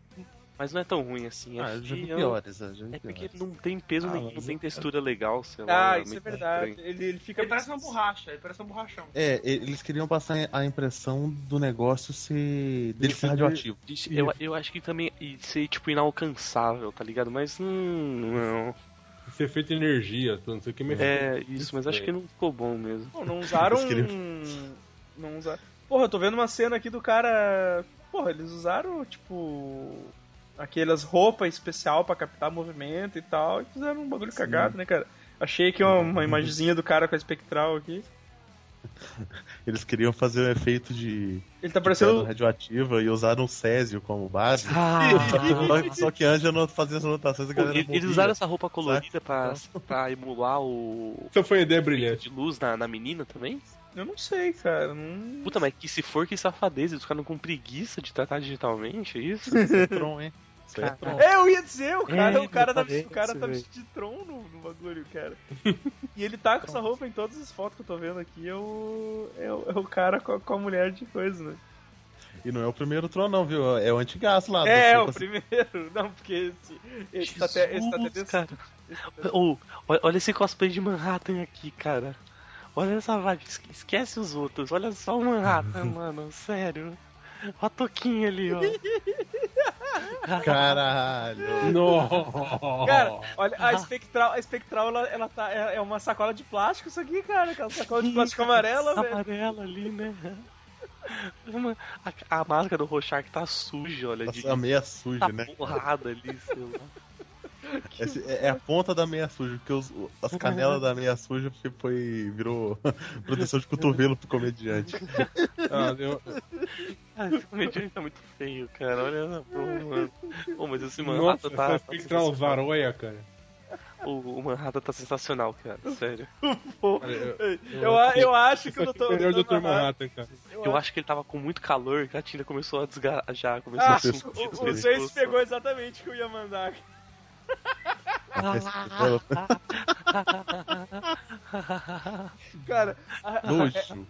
Mas não é tão ruim assim. É,
Ah, eu já vi
feio.
piores, eu já vi
é porque
piores.
não tem peso
Ah,
nenhum, não
mas
tem
eu-
textura legal, sei lá.
Ah, isso é
muito
verdade.
estranho.
Ele, ele fica.
Ele parece uma borracha, ele parece um borrachão.
É, e- eles queriam passar a impressão do negócio ser. dele ser radioativo.
Diz- Eu, eu acho que também ia ser, tipo, inalcançável, tá ligado? Mas, hum, não.
Esse efeito energia, tudo, não sei o que, mas.
É isso, mas acho que não ficou bom mesmo.
Não, não usaram.
Eles
Não usaram. Porra, eu tô vendo uma cena aqui do cara. Porra, eles usaram, tipo. Aquelas roupas especial pra captar movimento e tal. E fizeram um bagulho cagado, né, cara? Achei aqui uma, uma imagenzinha do cara com a espectral aqui.
Eles queriam fazer um efeito de.
Ele tá
de pedra né?
parecendo.
radioativa e usaram o Césio como base.
Ah,
[laughs] Só que- Só que antes eu não fazia as anotações, a
Pô,
galera.
ele- eles
morria.
usaram essa roupa colorida pra, pra emular o
Essa foi uma é
[laughs]
ideia brilhante.
de luz na, na menina também?
Eu não sei, cara. Não...
Puta, mas que se for, que safadeza, eles ficaram com preguiça de tratar digitalmente, é isso?
[laughs] Tron, hein? Isso aí é Tron.
É, eu ia dizer, o cara,
É,
o cara, tá,
exatamente,
vestido- o cara tá
velho.
vestido de Tron no, no bagulho, cara. E ele tá com essa roupa em todas as fotos que eu tô vendo aqui, é o, é o, é o cara com a, com a mulher de coisa, né?
E não é o primeiro Tron, não, viu? É o antigaço lá. do
é, é,
Soco
o
Assim.
primeiro. [laughs] Não, porque esse, esse tá até, esse tá até
Jesus,
desse-
cara. Ô, olha- olha esse cosplay de Manhattan aqui, cara. Olha essa vibe, esque- esquece os outros, olha só o Manhattan,
[laughs]
mano, sério. Olha a toquinha ali, ó.
Caralho.
Nossa!
Cara, olha, a espectral, a espectral ela, ela tá, é, é uma sacola de plástico isso aqui, cara. Aquela sacola de plástico amarela, velho.
Amarela ali, né? [laughs] Uma- A, a máscara do Rorschach tá suja, olha, de
Nossa, é a meia suja,
tá
né?
borrada ali, sei
[laughs]
lá.
Esse- é, é a ponta da meia suja, porque os- as canelas da meia suja foi, foi- virou [laughs] proteção de cotovelo pro
[laughs]
comediante.
Ah, eu-
Ah, esse comediante tá muito feio, cara. Olha essa porra, mano. Pô, mas esse
Nossa,
Manhattan
essa
tá. tá
espectral
sensacional.
varóia, cara.
o, o Manhattan tá sensacional, cara. Sério.
Eu, a- eu acho que o
Esse aqui é
doutor.
o melhor
doutor
Dr.
Manhattan-
Manhattan, cara.
Eu acho que ele tava com muito calor que a Tina começou a desgajar. Começou
Ah,
a sentir
o, o
pescoço.
Zeus pegou exatamente o que eu ia mandar. Cara, a, a,
Nojo.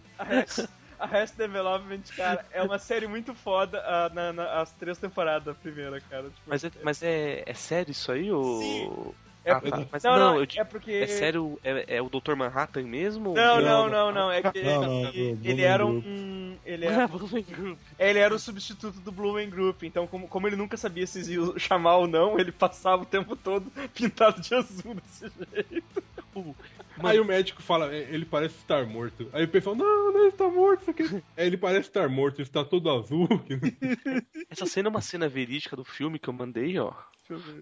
Arrested Development, cara, é uma série muito foda ah, na, na- as três temporadas da primeira, cara. Tipo,
Mas, é, mas é, é sério isso aí? Ou...
Sim.
É,
É-
Mas
não,
não,
não,
eu
é
digo,
porque...
é sério, é, é o Dr. Manhattan mesmo?
Não,
Ou-
não,
[laughs]
não, não, é que
Não, não,
ele, ele
do Blooming
era
Group.
um... Ele
Ah,
era,
Bowling Group.
ele era o substituto do Blumen Group, então como, como ele nunca sabia se ia chamar ou não, ele passava o tempo todo pintado de azul desse jeito.
Aí o médico fala, "É, ele parece estar morto. Aí o pessoal, não, não está morto, [laughs] isso aqui. Aí ele parece estar morto, está todo azul. [laughs]
Essa cena é uma cena verídica do filme que eu mandei, ó.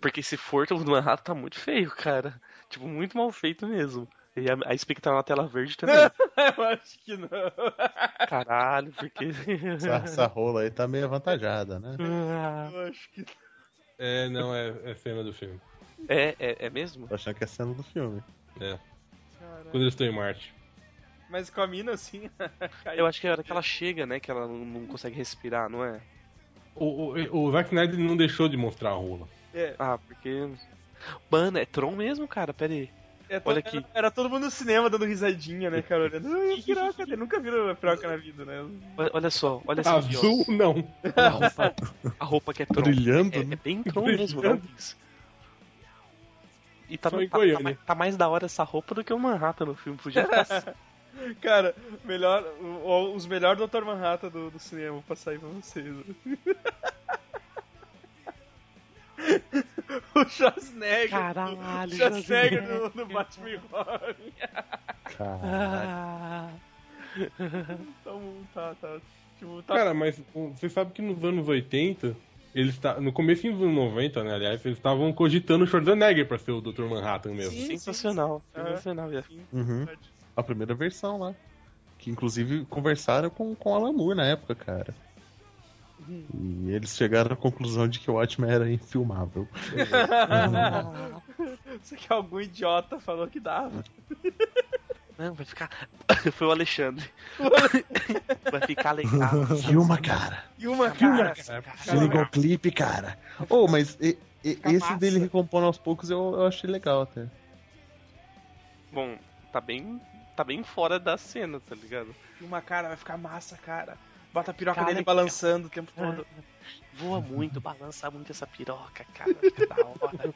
Porque esse furto do Manhattan tá muito feio, cara. Tipo, muito mal feito mesmo. E a, a espectral na tela verde
[laughs]
também.
Eu acho que não.
Caralho, porque.
Essa, essa rola aí tá meio avantajada, né?
Ah,
Eu acho que não.
é, não, é, é cena do filme.
[laughs] é, é, é mesmo?
Tô achando que é cena do filme.
É,
Caralho.
quando eu estou em Marte.
Mas com a mina assim.
Eu acho que é a hora que ela chega, né? Que ela não, não consegue respirar, não é?
O, o, o Zack Snyder não deixou de mostrar a rola.
É,
Ah, porque. Mano, é Tron mesmo, cara? Pera aí.
é to-
Olha aqui.
Era, era todo mundo no cinema dando risadinha, né, cara? Olhando. "Ah,
[laughs]
piroca, ele nunca viram piroca na vida, né?
O- Olha só, olha
um
essa aqui, ó.
Azul, né? não.
A roupa, a roupa que é Tron.
Brilhando,
É, é
né?
bem Tron mesmo, não Vince? E tá,
Só
no-
em
tá- tá
Goiânia.
mais- tá mais da hora essa roupa do que o Manhattan no filme. Podia
[laughs]
ficar assim.
Cara, melhor, o- o- os melhores Dr. Manhattan do, do cinema, vou passar aí pra vocês. né? [laughs] o Schwarzenegger.
Caralho,
o Schwarzenegger no, no Batman Robin.
É.
Então, tá, tá. Tipo, tá.
Cara, mas o- você sabe que nos anos 80, eles tá, no começo dos anos 90, né, aliás, eles estavam cogitando o Schwarzenegger pra ser o Dr. Manhattan mesmo.
Sim,
Sensacional,
sim.
sensacional. ia-
Uhum. A primeira versão lá. Que inclusive conversaram com, com Alan Moore na época, cara. E eles chegaram à conclusão de que o Watchmen era infilmável.
Só que algum idiota falou que dava.
Não, vai ficar. [coughs] Foi o
[laughs]
Alexandre. vai ficar legal.
[laughs] Filma, cara!
E uma cara.
Filma igual clipe, cara! Oh, mas e- e- esse dele recompondo aos poucos eu, eu achei legal até.
Bom, tá bem. Tá bem fora da cena, tá ligado?
E uma cara, vai ficar massa, cara. Bota a piroca
Cara,
dele
que-
balançando o tempo todo.
Voa muito, balança muito essa piroca, cara. Fica da [laughs] hora.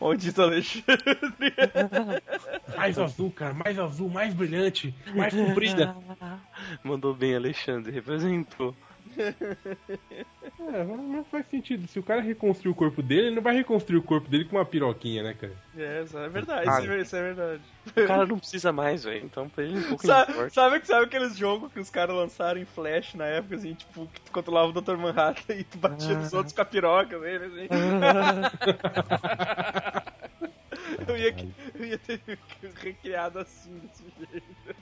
Maldito Alexandre.
Mais azul, cara, mais azul, mais brilhante,
[laughs]
mais comprida.
Mandou bem, Alexandre, representou.
É, mas não faz sentido. Se o cara reconstruir o corpo dele, ele não vai reconstruir o corpo dele com uma piroquinha, né, cara?
É, isso é verdade,
Ah.
isso é- isso é verdade.
O cara não precisa mais, velho. Então pra ele um pouco
Sabe,
importa.
sabe, sabe aqueles jogos que os caras lançaram em Flash na época, assim, tipo, que tu controlava o Dr. Manhattan [laughs] e tu batia nos outros com a piroca dele, assim. eu, ia, eu ia ter [laughs] recriado assim, desse jeito.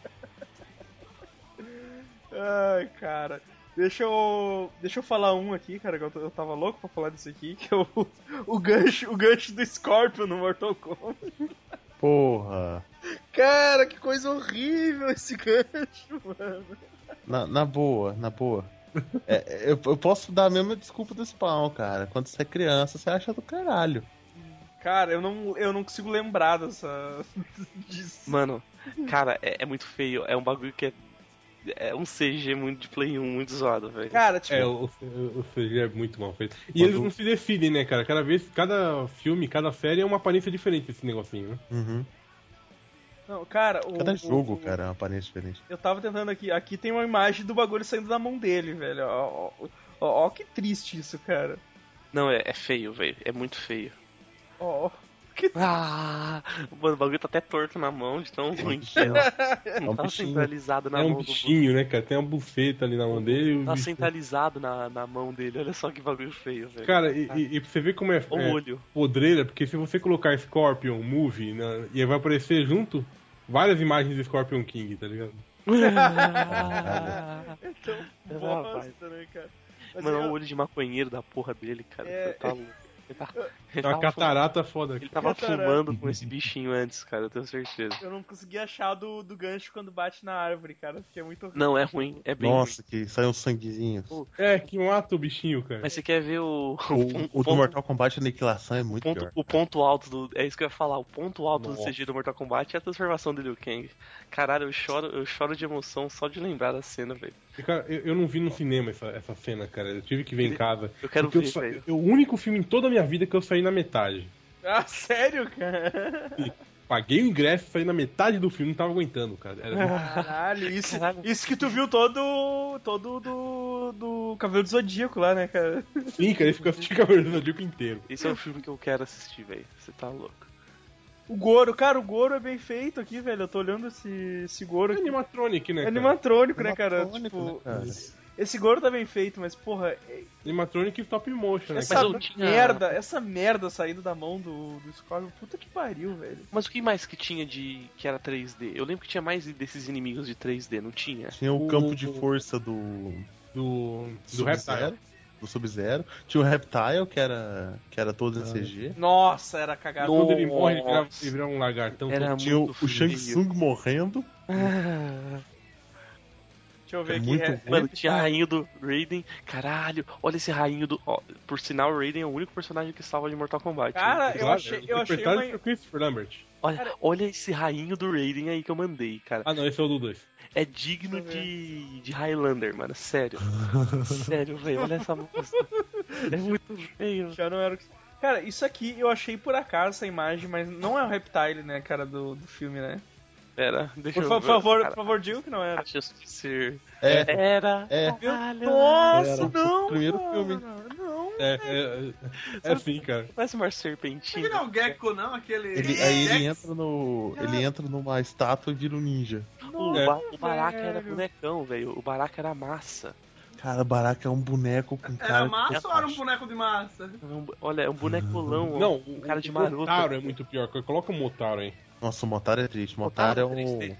Ai, cara. Deixa eu. Deixa eu falar um aqui, cara, que eu, t- eu tava louco pra falar disso aqui, que é o, o gancho, o gancho do Scorpion no Mortal Kombat.
Porra!
Cara, que coisa horrível esse gancho, mano.
Na, na boa, na boa. É, eu, eu posso dar a mesma desculpa do spawn, cara. Quando você é criança, você acha do caralho.
Cara, eu não, eu não consigo lembrar dessa. [laughs] disso.
Mano, cara, é, é muito feio. É um bagulho que é. É um CG muito de Play 1, muito zoado, velho.
Cara, tipo,
É, o, o, o CG é muito mal feito. E
Quando-
eles não se definem, né, cara? Cada vez, cada filme, cada série é uma aparência diferente desse negocinho, né?
Uhum.
não, cara, o,
Cada jogo,
o-
cara, é uma aparência diferente.
Eu tava tentando aqui. Aqui tem uma imagem do bagulho saindo da mão dele, velho. Ó, ó, ó, ó que triste isso, cara.
Não, é, é feio, velho. É muito feio.
Ó, ó.
Ah, mano, o bagulho tá até torto na mão de tão ruim. que é. Não
um
tá
bichinho.
centralizado na
é um
mão do.
bichinho, né, cara? Tem uma bufeta ali na mão dele. e o
Tá
bicho-
centralizado na, na mão dele. Olha só que bagulho feio, velho.
Cara, e, e, e pra você ver como é,
O
é
olho.
[laughs] podreira, porque se você colocar Scorpion Movie na- e vai aparecer junto várias imagens de Scorpion King, tá ligado?
Ah,
Bosta, né, cara? Mas
Mano,
eu-
o é um olho de maconheiro da porra dele, cara.
É.
Tá louco. Ele, tá, ele
É uma
tava, fumando,
catarata foda.
ele tá- tava
Catarata.
fumando com esse bichinho antes, cara, eu tenho certeza.
eu não consegui achar do, do gancho quando bate na árvore, cara. Fiquei muito horrível.
Não, é ruim, é bem ruim. [laughs]
Nossa, que saiu um sanguezinho.
O-
É, que mata o bichinho, cara.
Mas você quer ver o. [laughs]
O, o do Mortal Kombat Aniquilação é muito
um ponto-
pior.
o ponto alto do. É isso que eu ia falar. O ponto alto do
Nossa.
CG do Mortal Kombat é a transformação do Liu Kang. Caralho, eu choro, eu choro de emoção só de lembrar da cena, velho.
Cara, eu, eu não vi no cinema essa, essa cena, cara. Eu tive que ver em casa.
Eu quero
Porque eu
ver,
sa-
velho.
eu- o único filme em toda a minha vida que eu saí na metade.
[laughs] Ah, sério, cara?
Paguei o ingresso, saí na metade do filme, não tava aguentando, cara. Era-
Ah. Caralho, isso,
Caralho.
isso que tu viu todo. todo do. do Cabelo do Zodíaco lá, né, cara?
assim, Sim, cara, ele ficou assistindo Cavaleiros do Zodíaco inteiro.
Esse é um filme que eu quero assistir, velho. Você tá louco.
O Goro, cara, o Goro é bem feito aqui, velho. Eu tô olhando esse, esse Goro
É
aqui.
animatronic, né?
É
cara?
animatrônico, né, cara?
Animatrônico,
Tipo,
né, cara?
esse Goro tá bem feito, mas, porra,
Animatronic e top motion, né?
essa
cara?
eu tinha-
merda, essa merda saindo da mão do, do Scorpion, puta que pariu, velho.
Mas o que mais que tinha de que era 3D? Eu lembro que tinha mais desses inimigos de 3D, não tinha?
Tinha o
O-
campo de força do.
Do, do
Sub-Zero,
Reptile.
Do Sub-Zero. Tinha o Reptile, que era, que era todo em CG.
Nossa, era cagado.
Quando ele morre, ele vira,
Nossa.
ele vira um lagartão.
Era
Tinha o,
muito
o Shang
feio.
Tsung morrendo.
Deixa eu ver
É
aqui.
muito
é-
ruim.
Mano, tinha a rainha do Raiden. Caralho, olha esse rainho do. ó, por sinal, o Raiden é o único personagem que salva de Mortal Kombat. né?
Cara, eu achei, eu achei
Interpretado
uma...
por Christopher Lambert.
olha, olha esse rainho do Raiden aí que eu mandei, cara.
Ah, não, esse é o do 2.
É digno
Deixa eu
de, de Highlander, mano. Sério. Sério, velho. Olha essa moça. É muito feio.
Já não era o que- Cara, isso aqui eu achei por acaso essa imagem, mas não é o Reptile, né, cara, do, do filme, né?
Pera, deixa
Por
eu
fa-
ver.
favor, por
Cara,
favor, diga que não era.
acho que ser.
É,
Era.
É.
Caralho.
Nossa,
Era.
não!
Primeiro
cara,
filme.
Não!
É, é, é assim, cara.
Parece uma
Aquele
serpentina.
não é o Gecko, não? Aquele. é
ele, é aí ele
Jack-
entra no. Ele entra numa estátua e vira um ninja.
O,
É.
ba o Baraka era
velho.
bonecão, velho. O Baraka era massa.
Cara, Baraka é um boneco com cara.
Era
de
massa ou era um
Kakashi.
boneco de massa?
Era um- Olha, é um bonecolão. ó.
Não,
um
o-
cara de
o
maroto.
Motaro é muito pior. Coloca o Motaro aí.
Nossa, o Motaro é triste. O Motaro é um.
3D.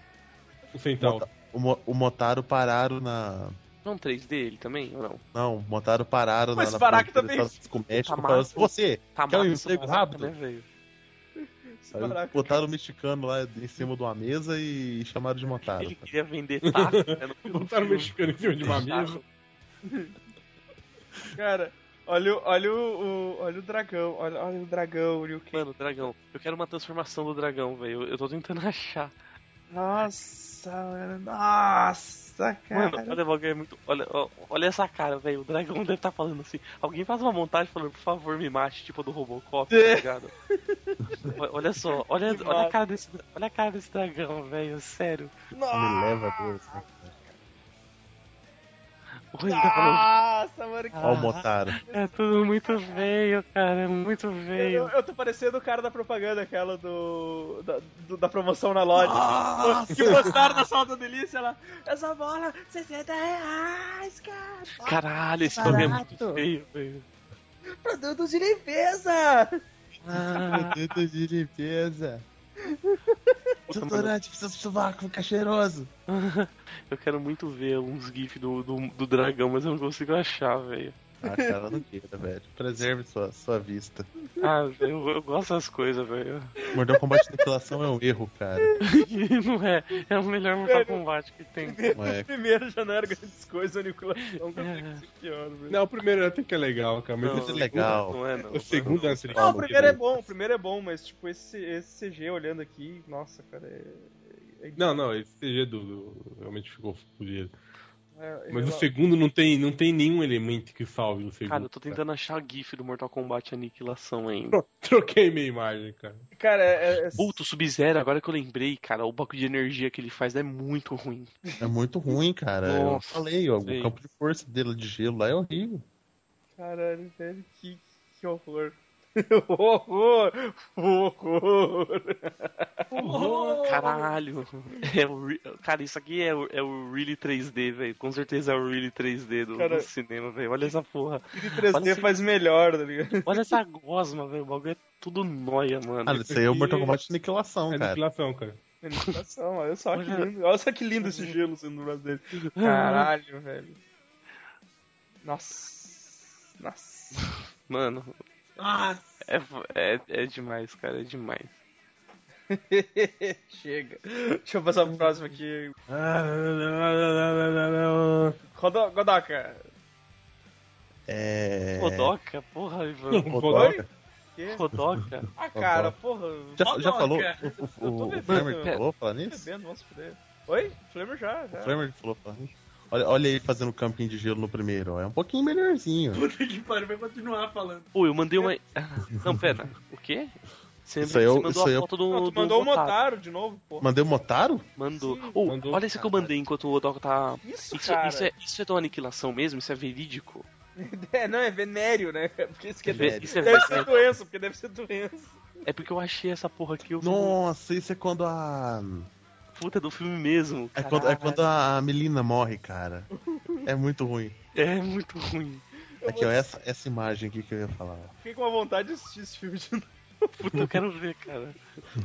O Centauro.
O, Mo- o Motaro pararam na.
Não 3D ele também? Ou não?
Não, o Motaro pararam
Mas
na.
Baraka
na
também.
fronteira com o México,
Tá
falaram
massa.
assim, Você!
Tá
Quer um
massa,
emprego
Baraka,
rápido?
Né, velho?
Esse
Aí
baraca-
botaram o mexicano lá em cima de uma mesa e chamaram de Motaro.
[laughs]
Ele queria vender taco, né? No,
[laughs]
no
Botaram
filme.
o tá mexicano em cima de uma mesa.
Cara, olha, o- olha, o, o- olha o dragão, olha, olha o dragão, o Liu Kang.
Mano, dragão. Eu quero uma transformação do dragão, velho. Eu tô tentando [laughs] achar.
Nossa, mano, nossa, cara.
Mano, olha o bagulho é muito. Olha, ó, olha essa cara, velho. O dragão [laughs] deve estar falando assim. Alguém faz uma montagem falando, por favor, me mate, tipo do Robocop, tá ligado? Olha- olha só, olha,
É. Que
olha, a
massa.
cara desse, olha a cara desse dragão, velho. Sério.
Me
nossa,
leva a Deus. né?
Olha, tá falando,
mano, que...
Ó o Motaro.
Ah!
é tudo muito feio, cara. É muito
Eu,
feio.
eu tô parecendo o cara da propaganda, aquela do. da, do- da promoção na loja. Que postaram na salta delícia lá. Essa bola, 60 reais, cara.
Caralho, esse bagulho é muito feio, velho.
Produtos de limpeza.
Ah,
Produto de limpeza.
puta, mano,
pra seu sovaco ficar cheiroso.
eu quero muito ver uns GIFs do, do, do dragão, mas eu não consigo achar, velho.
Ah, cara, não queira, velho. Preserve sua, sua vista.
Ah, eu, eu gosto das coisas, velho. [laughs]
Mortal Kombat Depilação é um erro, cara.
Não é, é o melhor Mortal Kombat que tem.
Não é.
Primeiro já não era grandes coisas, a Nicolação.
É.
tá Pior, velho.
Não, o primeiro até que é legal, cara. Mas
Não,
esse
é legal.
Não é, não.
O segundo é
Não,
triste.
o primeiro é bom, o primeiro é bom, mas tipo, esse, esse CG olhando aqui, nossa, cara, é. é-
Não, não, esse CG do, do- realmente ficou fodido.
é- é-
Mas o segundo não tem, não tem nenhum elemento que é salve o segundo.
Cara, eu tô tentando achar GIF do Mortal Kombat Aniquilação ainda.
Pronto, [laughs] troquei minha imagem, cara.
Cara, é. é-
Puto, Sub-Zero, agora que eu lembrei, cara, o banco de energia que ele faz é muito ruim.
É muito ruim, cara. Eu
Nossa,
falei, ó,
sei.
o campo de força dele de gelo lá é horrível.
Caralho, velho, que, que horror. [laughs] horror! Horror!
Caralho. É o re- Cara, isso aqui é o, é o Really 3D, velho. Com certeza é o Really 3D do,
Cara-
do cinema, velho. Olha essa porra.
E
Olha
3D
esse-
faz melhor, tá ligado?
Olha essa gosma, velho. O bagulho é tudo noia, mano.
Cara, isso aí é o Mortal Kombat Aniquilação,
É
cara.
aniquilação, cara.
Manipulação, olha só que
Olha-
lindo. Olha só que lindo esse gelo sendo no braço dele. [laughs] Caralho, velho. Nossa. Nossa.
Mano,
Nossa.
é, é, é demais, cara. É demais.
Chega. Deixa eu passar pro próximo aqui. Godo- Godoka.
É.
Rodoca, porra, Ivan.
Rodoca.
Que?
Rodoca.
Ah, cara, porra.
Já, já
Rodoca.
falou? O,
é. Eu tô
o, o
bebendo.
Flamer falou falar
Tá
nisso?
bebendo, vamos fuder. Oi? Flamer já,
O
já.
Flamer falou falar nisso? Olha, olha ele fazendo campinho de gelo no primeiro, ó. É um pouquinho melhorzinho.
Puta que pariu, vai continuar falando.
Pô, eu mandei uma. Ah, Não, pera. O quê? Você,
Isso aí
você
eu-
mandou
isso
a
aí é eu-
foto do.
Não, tu
do
mandou um o
Motaro.
Motaro de novo, porra.
Mandei o Motaro?
Mandou. Ô,
mandou.
Olha isso que eu mandei enquanto o Odoka tá.
Isso,
Isso,
cara. [laughs]
isso é, isso é da aniquilação mesmo? Isso é verídico?
É, não, é venério, né? [laughs] Porque isso que é
Ve- isso é
Deve
venério.
ser doença, porque deve ser doença.
É porque eu achei essa porra aqui. Eu falei,
Nossa, isso é quando a.
puta do filme mesmo.
É quando, é
caralho.
quando a Melina morre, cara. É muito ruim.
É muito ruim.
Aqui, ó, essa, essa imagem aqui que eu ia falar. ó.
Fiquei com a vontade de assistir esse filme de novo.
Puta, eu quero ver, cara.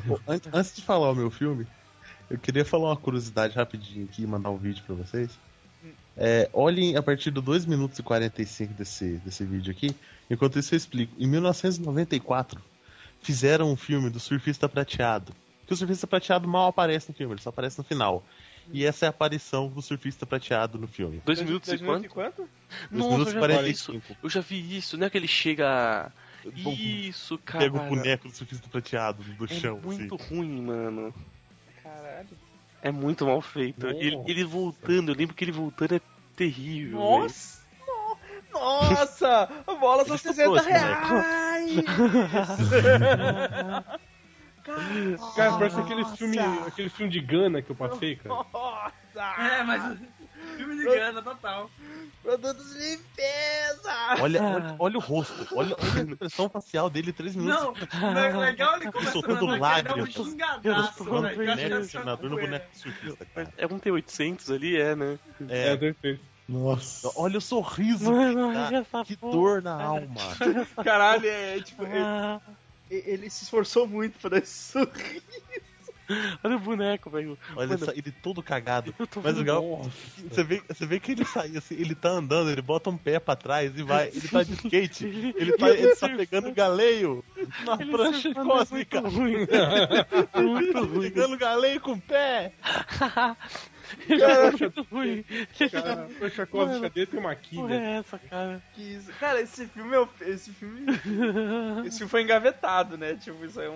Bom, an- antes de falar o meu filme, eu queria falar uma curiosidade rapidinho aqui e mandar um vídeo pra vocês. É, olhem a partir do 2 minutos e 45 desse, desse vídeo aqui. Enquanto isso, eu explico. Em 1994, fizeram um filme do Surfista Prateado. Que o Surfista Prateado mal aparece no filme, ele só aparece no final. E essa é a aparição do Surfista Prateado no filme.
Dois minutos e quanto?
Dois
Nossa,
minutos
eu
e
já vi isso.
45.
Eu já vi isso. Não é que ele chega. Isso, cara.
Pega o boneco do Surfista Prateado do
É
chão.
muito
assim.
ruim, mano.
Caralho.
É muito mal feito.
Nossa.
Ele, ele voltando, eu lembro que ele voltando é terrível.
Nossa! Nossa! A bola são
Ele
60
estuprou esse
reais!
Cara, parece aquele filme, aquele filme de Gana que eu passei, cara.
Nossa!
É,
Ah,
mas filme de grana total.
Produtos de limpeza!
Olha,
Ah.
olha, olha o rosto, olha, olha a expressão facial dele, 3 minutos.
Não, le- legal ele
tá
começando
[laughs] Soltando
a dar um
[laughs] lágrimas.
xingadaço,
Falando
né?
velho.
do
Eu acho que
boneco
essa-
ensinador assim, no boneco surfista, cara.
É um T800 ali, é, né?
É,
eu sei.
Nossa.
olha o sorriso [laughs]
Mano,
que,
olha
dá,
essa
que
porra.
dor na alma.
[laughs]
Caralho, é tipo. Ele, ele se esforçou muito pra dar esse sorriso.
Olha o boneco, velho.
Olha ele sa- ele todo cagado.
[laughs] Eu tô
Mas
vendo-
legal, você vê, você vê que ele sai assim, ele tá andando, ele bota um pé pra trás e vai. Ele tá de
[laughs]
skate, ele tá, ele tá pegando galeio na
Ele
prancha
surfando é
cósmica.
Muito
[laughs]
ruim. É muito ruim.
tá Pegando galeio com o pé.
Ele é muito ruim.
Cara, o Chacosca dele tem uma
Porra
quilha.
é essa, cara?
Que isso. Cara, esse filme é. o- Esse filme. Esse filme foi engavetado, né? Tipo, isso é um.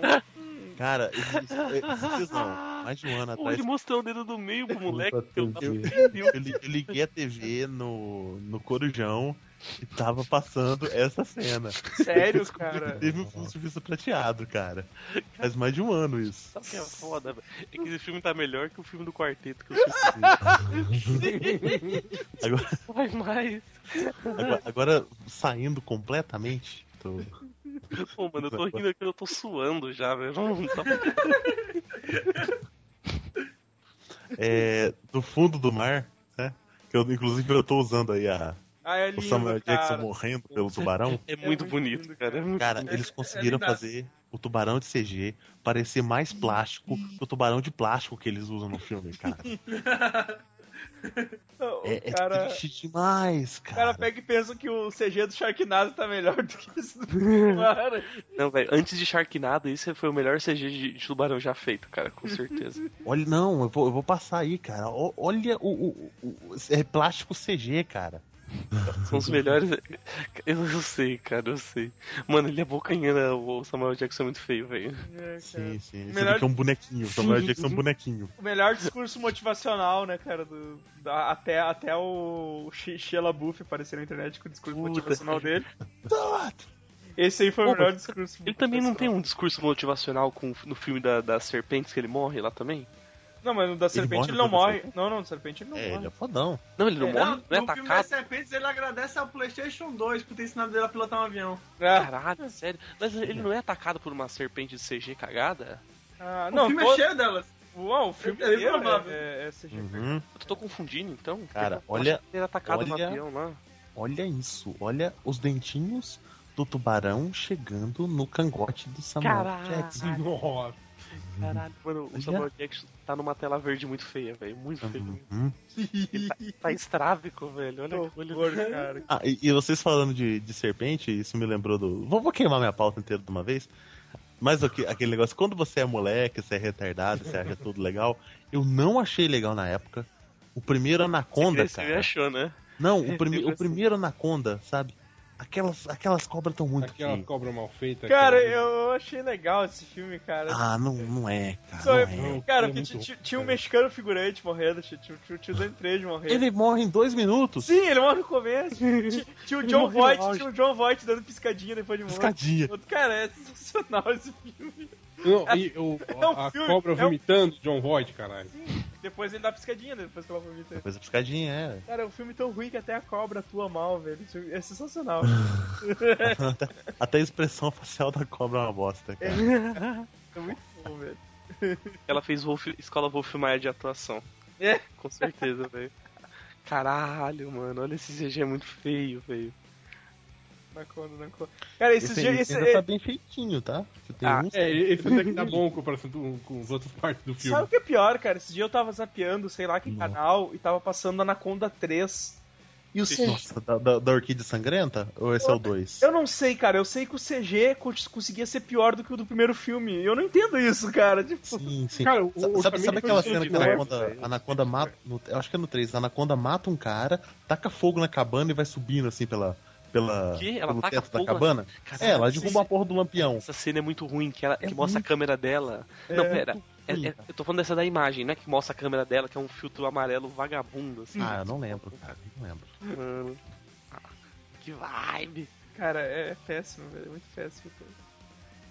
Cara, esses, esses dias não, mais de um ano
Pô,
atrás.
ele mostrou o dedo do meio pro moleque.
Puta,
que é um eu tava
entendi.
entendendo.
Eu, li- eu liguei a TV no, no Corujão e tava passando essa cena.
Sério,
Cara,
cara.
teve um filme de serviço prateado, cara. Faz mais de um ano isso.
Sabe o que é foda, velho? É que esse filme tá melhor que o filme do quarteto [laughs] que eu assisti.
Agora,
Vai mais.
agora- agora, saindo completamente. do-
Pô, mano, eu tô rindo aqui, eu tô suando já, velho. Vamos, [laughs] tá
é, do fundo do mar, né? Que eu, inclusive, eu tô usando aí a,
Ah, é
o
lindo,
Samuel Jackson
cara.
morrendo
[laughs]
pelo tubarão.
É muito
muito
bonito,
lindo,
cara. É muito
Cara,
bonito.
eles conseguiram
lindaço.
fazer o tubarão de CG parecer mais plástico que o tubarão de plástico que eles usam no filme,
[laughs]
cara.
Não,
É, é
o cara.
triste demais,
O
cara.
cara pega e pensa que o CG do Sharknado tá melhor do que esse do Tubarão.
Não, velho, antes de Sharknado, esse foi o melhor CG de, de tubarão já feito, cara, com certeza.
Olha, não, eu vou, eu vou passar aí, cara. O- olha o, o- o- o- É plástico CG, cara.
São os melhores. [laughs] Eu, eu sei, cara, eu sei. Mano, ele abocanhando o Samuel Jackson é muito feio, velho.
Sim, sim. Você
Melhor-
vê que é um bonequinho. O Samuel Jackson é um bonequinho.
O melhor discurso motivacional, né, cara? Do, da- até, até o She- Sheila Buff aparecer na internet com o discurso
Puta.
motivacional dele. Esse aí foi
Pô,
o melhor discurso.
Ele também não tem
motivacional.
um discurso motivacional com, no filme da, das serpentes que ele morre lá também?
Não, mas no da serpente
morre
ele não
depois da
morre. Não, não, da serpente ele não
É,
morre.
ele é fodão.
Não, ele não
É,
morre,
Não,
né?
não é
no
Tá
filme assim, das
atacado.
Serpentes ele agradece ao Playstation 2 por ter ensinado ele a pilotar um avião.
Ah,
Caralho, sério. Mas ele não é atacado por uma serpente de CG cagada?
ah,
o
não,
filme
todo-
é cheio delas.
Uau, o filme
É bem
inteiro
provável.
é, é, é CG.
Uhum.
Eu tô confundindo, então.
Cara,
Porque eu
olha-
achei que Ele era atacado no
olha-
avião lá.
Olha isso. Olha os dentinhos do tubarão chegando no cangote do Samuel
Caralho.
Jackson.
Assim, Nossa.
Caralho, mano, o
Olha.
Samuel Jackson tá numa tela verde muito feia, velho. Muito feio.
Uhum.
Ele tá, tá estrávico, velho. Olha que
Que
olho.
horror, cara.
Ah, e, e vocês falando de, de serpente, isso me lembrou do. Vou, vou queimar minha pauta inteira de uma vez. Mas o que- aquele negócio, quando você é moleque, você é retardado, você acha tudo legal. Eu não achei legal na época. O primeiro Anaconda,
Esse me
cara.
achou, né?
Não, o, prime-
Eu
o primeiro Anaconda, sabe? Aquelas, aquelas cobras tão muito
Aquela
feias.
é cobra mal feita.
Cara,
aquela-
eu achei legal esse filme, cara.
Ah, não, não é, cara.
Só-
não é.
não,
cara,
é
porque
muito
ti-
ruim,
tinha um
cara.
mexicano figurante morrendo, tinha tinha- tinha o tio Dan Trade morrendo.
Ele morre em dois minutos.
Sim, ele morre no começo. Tinha- Tinha o John
morreu
Voight,
no auge.
tinha o John Voight dando piscadinha depois de morrer.
Piscadinha.
Cara, é sensacional esse filme.
Não, e o- a, a
filme, [laughs]
cobra
é um-
vomitando John Voight, caralho.
Depois ele dá piscadinha, né? Depois que ela vomita.
Depois a piscadinha, é.
Cara, é um filme tão ruim que até a cobra atua mal, velho. Isso É sensacional.
Até a expressão [laughs] facial da cobra é uma bosta, cara.
É muito bom, velho.
Ela fez Wolf, escola Wolf Maia de atuação.
É.
Com certeza, velho. Caralho, mano, olha esse CG é muito feio, velho.
Nakona, Nakona. Cara, esses
Esse,
dias.
esse
Esse, é-
ainda tá bem feitinho, tá? Você tem
Ah,
um
É, esse até que dá bom em comparação com, um, com as outras partes do
Sabe o
filme.
que é pior, cara? Esse dia eu tava zapeando, sei lá que canal, e tava passando Anaconda 3. E o CG.
Nossa, da, da, da Orquídea Sangrenta? Ou esse é o 2?
Eu não sei, cara. Eu sei que o CG co- conseguia ser pior do que o do primeiro filme. Eu não entendo isso, cara. Tipo,
Sim, sim.
Cara, o-
Sa-
o
sabe,
orçamento
sabe
foi
aquela
tudo
cena que
de
a
novo,
Anaconda, a Anaconda mata. no- eu acho que é no 3. A Anaconda mata um cara, taca fogo na cabana e vai subindo assim pela. pela
Quê? Ela
pelo
taca
teto da
fogo na-
cabana.
Cara,
É, ela
esse-
derruba a porra do lampião.
Essa cena é muito ruim, que, ela, que
É
mostra a câmera dela. Não, pera. é-
ruim,
é-
cara.
eu tô falando dessa da imagem, não é que mostra a câmera dela, que é um filtro amarelo vagabundo, assim.
Ah, eu não lembro, cara. eu Não lembro.
Mano. Ah, Que vibe.
cara, é, é péssimo, velho. É muito péssimo, cara.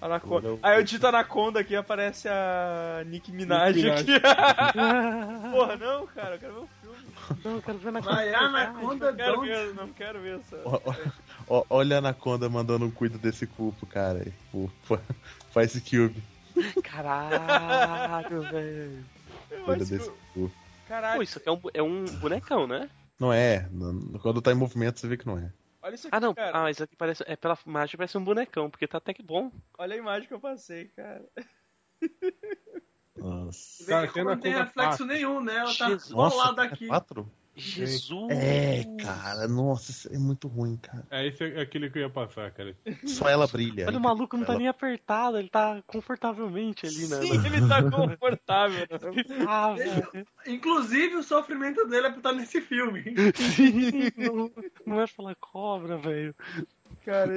Eu
Anaconda.
não-
Aí eu digito Anaconda aqui aparece a Nick Minaj
Nicki
aqui.
Minaj.
[laughs] Porra, não, cara, eu quero ver o filme.
Não, eu quero ver na
Vai, ah, Anaconda
Não quero
Don't.
ver, não quero ver essa.
Ó, ó, ó, olha a Anaconda mandando um cuido desse cupo, cara. O- [laughs] Faz esse cube.
Caralho, velho.
Eu
Cuida
acho que
desse
eu-
cupo.
Caralho,
Pô, isso aqui é um, bu- é um bonecão, né?
Não é. não- quando tá em movimento, você vê que não é.
olha isso aqui,
Ah, não.
cara.
Ah, isso aqui parece. É pela imagem parece um bonecão, porque tá até que bom.
Olha a imagem que eu passei, cara.
Nossa.
Cara,
Vê que
tem na
não tem
conta
reflexo
é fácil.
nenhum, né? Ela tá
Jesus.
do lado
cara,
é
aqui.
quatro?
Jesus!
É, cara, nossa, isso é muito ruim, cara.
É, esse é aquele que eu ia passar, cara.
Hum.
Só ela brilha.
Olha, o maluco não tá nem apertado, ele tá confortavelmente ali, né?
Sim, ele tá confortável.
Ah, velho.
Inclusive, o sofrimento dele é por estar nesse filme.
Sim, não, não é pela cobra, velho.
Cara,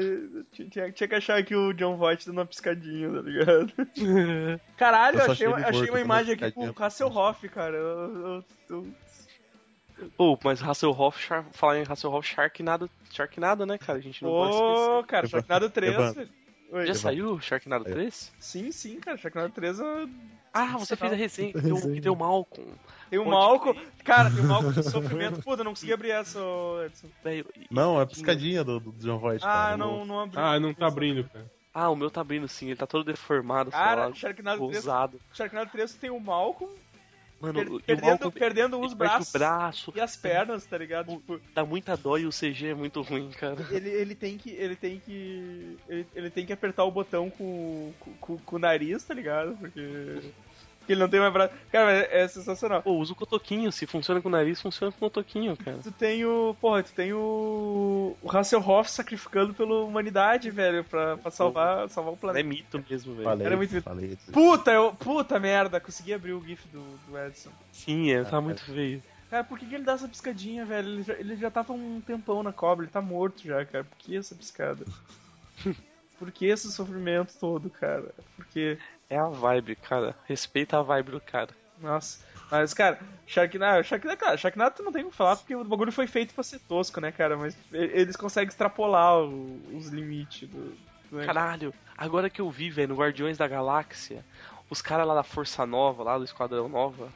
t- tinha, tinha que achar que o John Voight dando uma piscadinha, tá ligado? Caralho,
Eu
eu
só
achei,
achei ele
achei uma
morto dando
imagem
uma
aqui com
piscadinha.
o Hasselhoff, cara. Eu- eu- eu-
Pô, mas Hasselhoff, Char- falar em Hasselhoff, Sharknado, Sharknado, né, cara? A gente não pode esquecer.
Pô, cara,
Levanta,
Sharknado 3.
levanta.
velho. Oi.
Já saiu Sharknado
É.
3?
Sim, sim, cara, Sharknado 3 eu-
Ah, você fez a resenha que deu, que
Resenha.
deu Malcolm.
tem um
Pode
Malco. Cara, tem um Malco de sofrimento. Puta, eu não consegui abrir essa, ô, Edson.
Velho, e-
Não, é a piscadinha do, do John Voight.
Ah,
cara.
não, não abri.
Ah, não tá abrindo, cara.
Ah, o meu tá abrindo sim, ele tá todo deformado, sei
Cara,
lá,
Sharknado 3,
ousado.
Sharknado 3 tem o Malco
Mano,
per-
e o
perdendo,
Malcolm
perdendo
ele
os
perde
braços
o braço,
e as pernas, tá ligado?
O-
Tipo,
dá muita dó e o CG é muito ruim, cara.
ele, ele tem que. Ele tem que. Ele, ele tem que apertar o botão com, com- com, com o nariz, tá ligado? Porque. Porque ele não tem mais braço. Cara, mas é, é sensacional.
Pô, usa o cotoquinho, se funciona com o nariz, funciona com o cotoquinho, cara.
Tu tem o. Porra, tu tem o. O Hasselhoff sacrificando pela humanidade, velho, pra, pra salvar, salvar o
É
planeta.
mito mesmo, velho.
Falei,
Era muito-
falei.
Puta, eu. Puta merda, consegui abrir o GIF do, do Edson.
Sim, é, tá muito feio.
Cara, por que, que ele dá essa piscadinha, velho? Ele já, ele já tava um tempão na cobra, ele tá morto já, cara. Por que essa
[laughs]
piscada? por que esse sofrimento todo, cara? Por quê?
É a vibe, cara. Respeita a vibe do cara.
Nossa. Mas, cara, Sharknado, ah, Sharknado, cara, Sharknado tu não tem o que falar porque o bagulho foi feito pra ser tosco, né, cara? Mas e- eles conseguem extrapolar o- os limites do. do negócio.
Caralho, agora que eu vi, velho, no Guardiões da Galáxia, os caras lá da Força Nova, lá do Esquadrão Nova,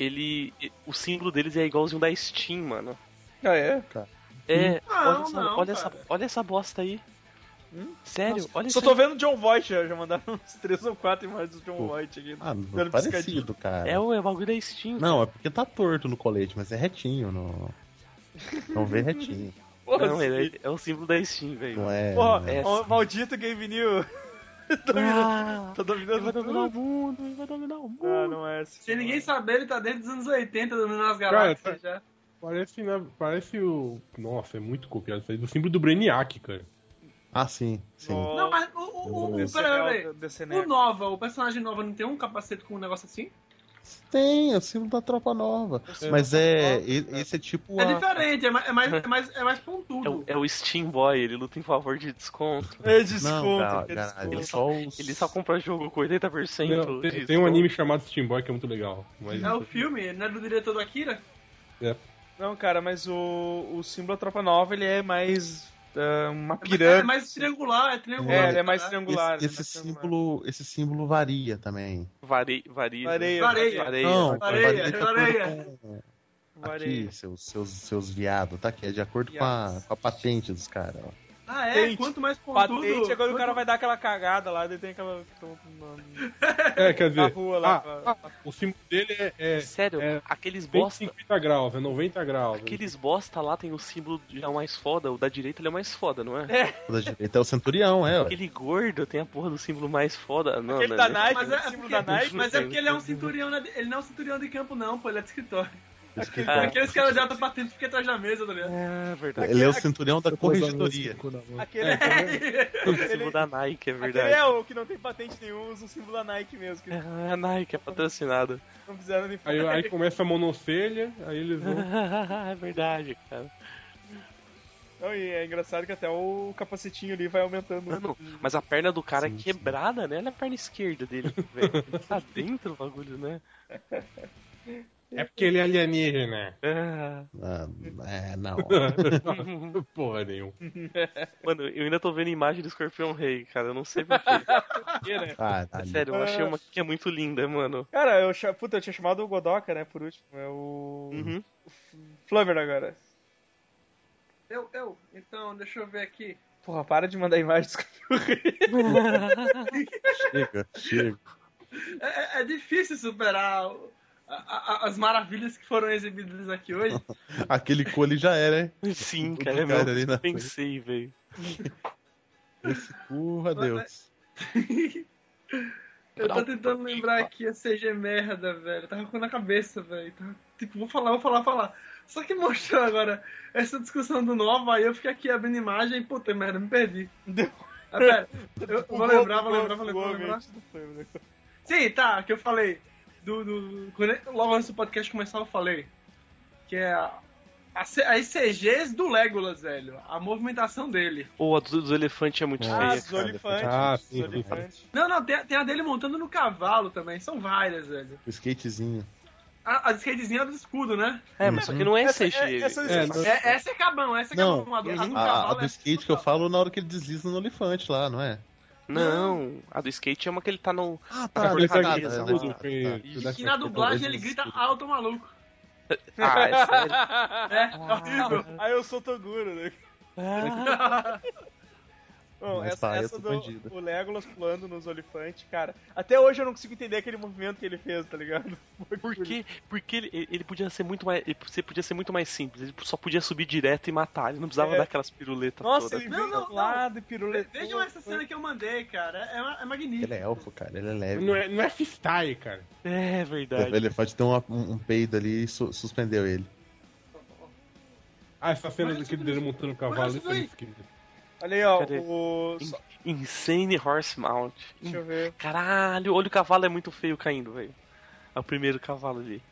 ele. e- O símbolo deles é igualzinho da Steam, mano.
Ah, é?
Hum.
É,
Não,
olha, essa,
não,
olha,
cara.
essa, olha essa bosta aí. Sério, olha
Só
isso
tô
aí.
vendo John Voight já, já mandaram [laughs] uns três ou quatro imagens do John
Pô.
Voight aqui.
Ah, não,
dando piscadinha.
parecido, cara.
É o, é o bagulho da Steam.
Não, é porque tá torto no colete, mas é
[laughs]
retinho. No... Não vê retinho.
Porra,
Não, ele é, é o símbolo da Steam, velho.
Não é.
Porra,
não é.
é.
ó, maldito Game New. [laughs]
Ah,
Tá
ele vai
dominando
dominar o
tudo.
mundo, ele vai dominar o mundo.
Ah, não é assim.
Se ninguém saber, ele tá dentro dos anos 80 dominando as galáxias já.
Parece, né, parece o. Nossa, é muito copiado isso aí. Do símbolo do Brainiac, cara.
Ah, sim, sim.
Ó,
Não, mas o. o, o,
desse-
pera, pera,
desse
pera. O
negócio.
Nova, o personagem Nova não tem um capacete com um negócio assim?
Tem, é o símbolo da tropa nova.
símbolo
mas
da
é.
tropa
e- Esse é tipo.
É
a-
diferente, é mais, é mais, é mais, é mais
É o,
pontudo.
é o Steam Boy, ele luta em favor de desconto.
É desconto,
Não, cara,
que é
caralho,
desconto.
só os...
Ele só compra jogo com 80%
Não, tem,
disso.
tem um anime chamado Steam Boy que é muito legal. Mas...
É, o filme, né? Do diretor do Akira?
Não, cara, mas o, o símbolo da tropa nova ele é mais ah, uma
É
pirâmide.
mais triangular, é triangular.
É, ele é mais
né?
triangular.
Esse,
ele é
esse
mais triangular.
símbolo, esse símbolo varia também.
Varia. Varia.
Vareia,
Vareia.
Vareia.
Não,
Varia,
varia de
varia.
acordo com-
Vareia.
Aqui, seus, seus, seus viados, tá aqui. É de acordo com a,
Viados.
com a patente dos caras. ó.
Ah, é?
Patente.
Quanto mais pontudo...
Patente, agora o
quanto-
cara vai dar aquela cagada lá, daí tem aquela. tipo,
É, quer
Na
dizer,
rua lá.
ah, ah, o símbolo dele é, é
Sério,
É.
aqueles bosta.
150 graus, é 90 graus.
Aqueles bosta lá tem o símbolo já mais foda, o da direita ele é o mais foda, não é?
O da direita é o centurião, é. ó.
Aquele gordo tem a porra do símbolo mais foda. Não,
Aquele
não,
da
não.
Nike,
Mas
o
é, é
símbolo
porque,
da Nike.
mas é porque ele é um cinturão, né? ele não é um cinturão de campo não, pô, ele é de escritório.
Aquele-
né?
Ah.
Aqueles caras já estão batendo porque atrás da mesa, tá ligado?
É verdade.
Ele é o centurião da
Depois da música,
corregedoria.
com o cu na mão.
[laughs]
É,
Aquele, [laughs]
O símbolo da Nike, é
aquele
verdade.
é o que não tem patente nenhuma, usa o símbolo da Nike mesmo, que eles
É, a Nike é patrocinada.
não fizeram nem É,
Aí,
[laughs]
aí começa a monocelha, aí eles vão.
[laughs] é verdade, cara.
Não, e é engraçado que até o capacetinho ali vai
[laughs]
aumentando.
Mano, mas a perna do cara é quebrada, né? Olha a perna esquerda dele, velho. Ele Tá [laughs] dentro o bagulho, né?
É porque ele é alienígena.
Ah.
Ah, é, não.
Porra nenhuma.
Mano, eu ainda tô vendo imagem do escorpião rei, cara. Eu não sei porquê.
[laughs]
Ah, tá.
Sério, eu achei uma aqui que é muito linda, mano.
Cara, eu, cha- puta, eu tinha chamado o Godoka, né, por último. É o.
Uhum.
Flummer agora.
Eu, eu, então, deixa eu ver aqui.
Porra, para de mandar imagens do Rio.
Chega, chega.
É, é- é difícil superar o- a- a- as maravilhas que foram exibidas aqui hoje.
Aquele cu ali já era, hein?
Sim,
O
cara, é
cara
meu.
ali na
Pensei, velho.
Porra, Deus.
Eu tô tentando lembrar aqui a CG merda, velho. Tava com na cabeça, velho. Tava, tipo, vou falar, vou falar, falar. Só que mostrou agora essa discussão do Nova, aí eu fiquei aqui abrindo imagem e, puta merda, me perdi. Ah, pera, eu vou lembrar, vou lembrar, vou lembrar, vou lembrar. Sim, tá, que eu falei. Do, do- quando- é, logo antes do podcast começar, eu falei. Que é a, a C- as CGs do Legolas, velho. A movimentação dele.
Ou a do, do elefante é muito
Ah,
feia, cara.
Zolifante.
Ah, sim,
Zolifante.
Não, não, tem, a- tem a dele montando no cavalo também. São várias, velho.
O skatezinho.
Ah, A, a skatezinha do escudo, né?
É, mas só que não é
Essa,
CG.
é, essa
É,
essa-
É, essa é cabão, essa é
Não,
cabão. A do, a do
A, a
cavalo
do
é-
skate que eu falo na hora que ele desliza no elefante lá, não é?
Não, a do skate é uma que ele tá no.
Ah,
Ah,
tá.
por isso
tá,
que
tá,
ele
tá,
tudo
tá,
foi-
tá.
tudo
E na dublagem ele grita alto, maluco.
Ah, é sério.
É,
ah,
horrível.
[laughs] Aí eu sou Toguro, né? Bom,
Mas
essa,
tá, eu
essa
tô
do
bandido.
o Legolas pulando nos olifantes, cara. Até hoje eu não consigo entender aquele movimento que ele fez, tá ligado? [laughs]
Por quê? Porque ele, ele podia ser muito mais. Ele podia- podia ser muito mais simples. Ele só podia subir direto e matar. Ele não precisava
É.
dar aquelas piruletas
Nossa,
todas.
ele
Não,
veio
não,
do lado e piruletou.
Vejam essa cena que eu mandei, cara. É, ma- é magnífico.
Ele é elfo, cara. Ele é leve.
Não é, não é freestyle, cara.
[laughs]
É
O
verdade.
elefante deu uma- um, um peido ali e su- suspendeu ele.
Ah, essa cena
Mas
que dele montando o cavalo,
mas
isso é muito
isso
esquisito.
Olha aí, ó.
Cadê?
O... só-
Insane Horse Mount.
Deixa eu ver.
Caralho, olha o cavalo é muito feio caindo, velho. É o primeiro cavalo ali.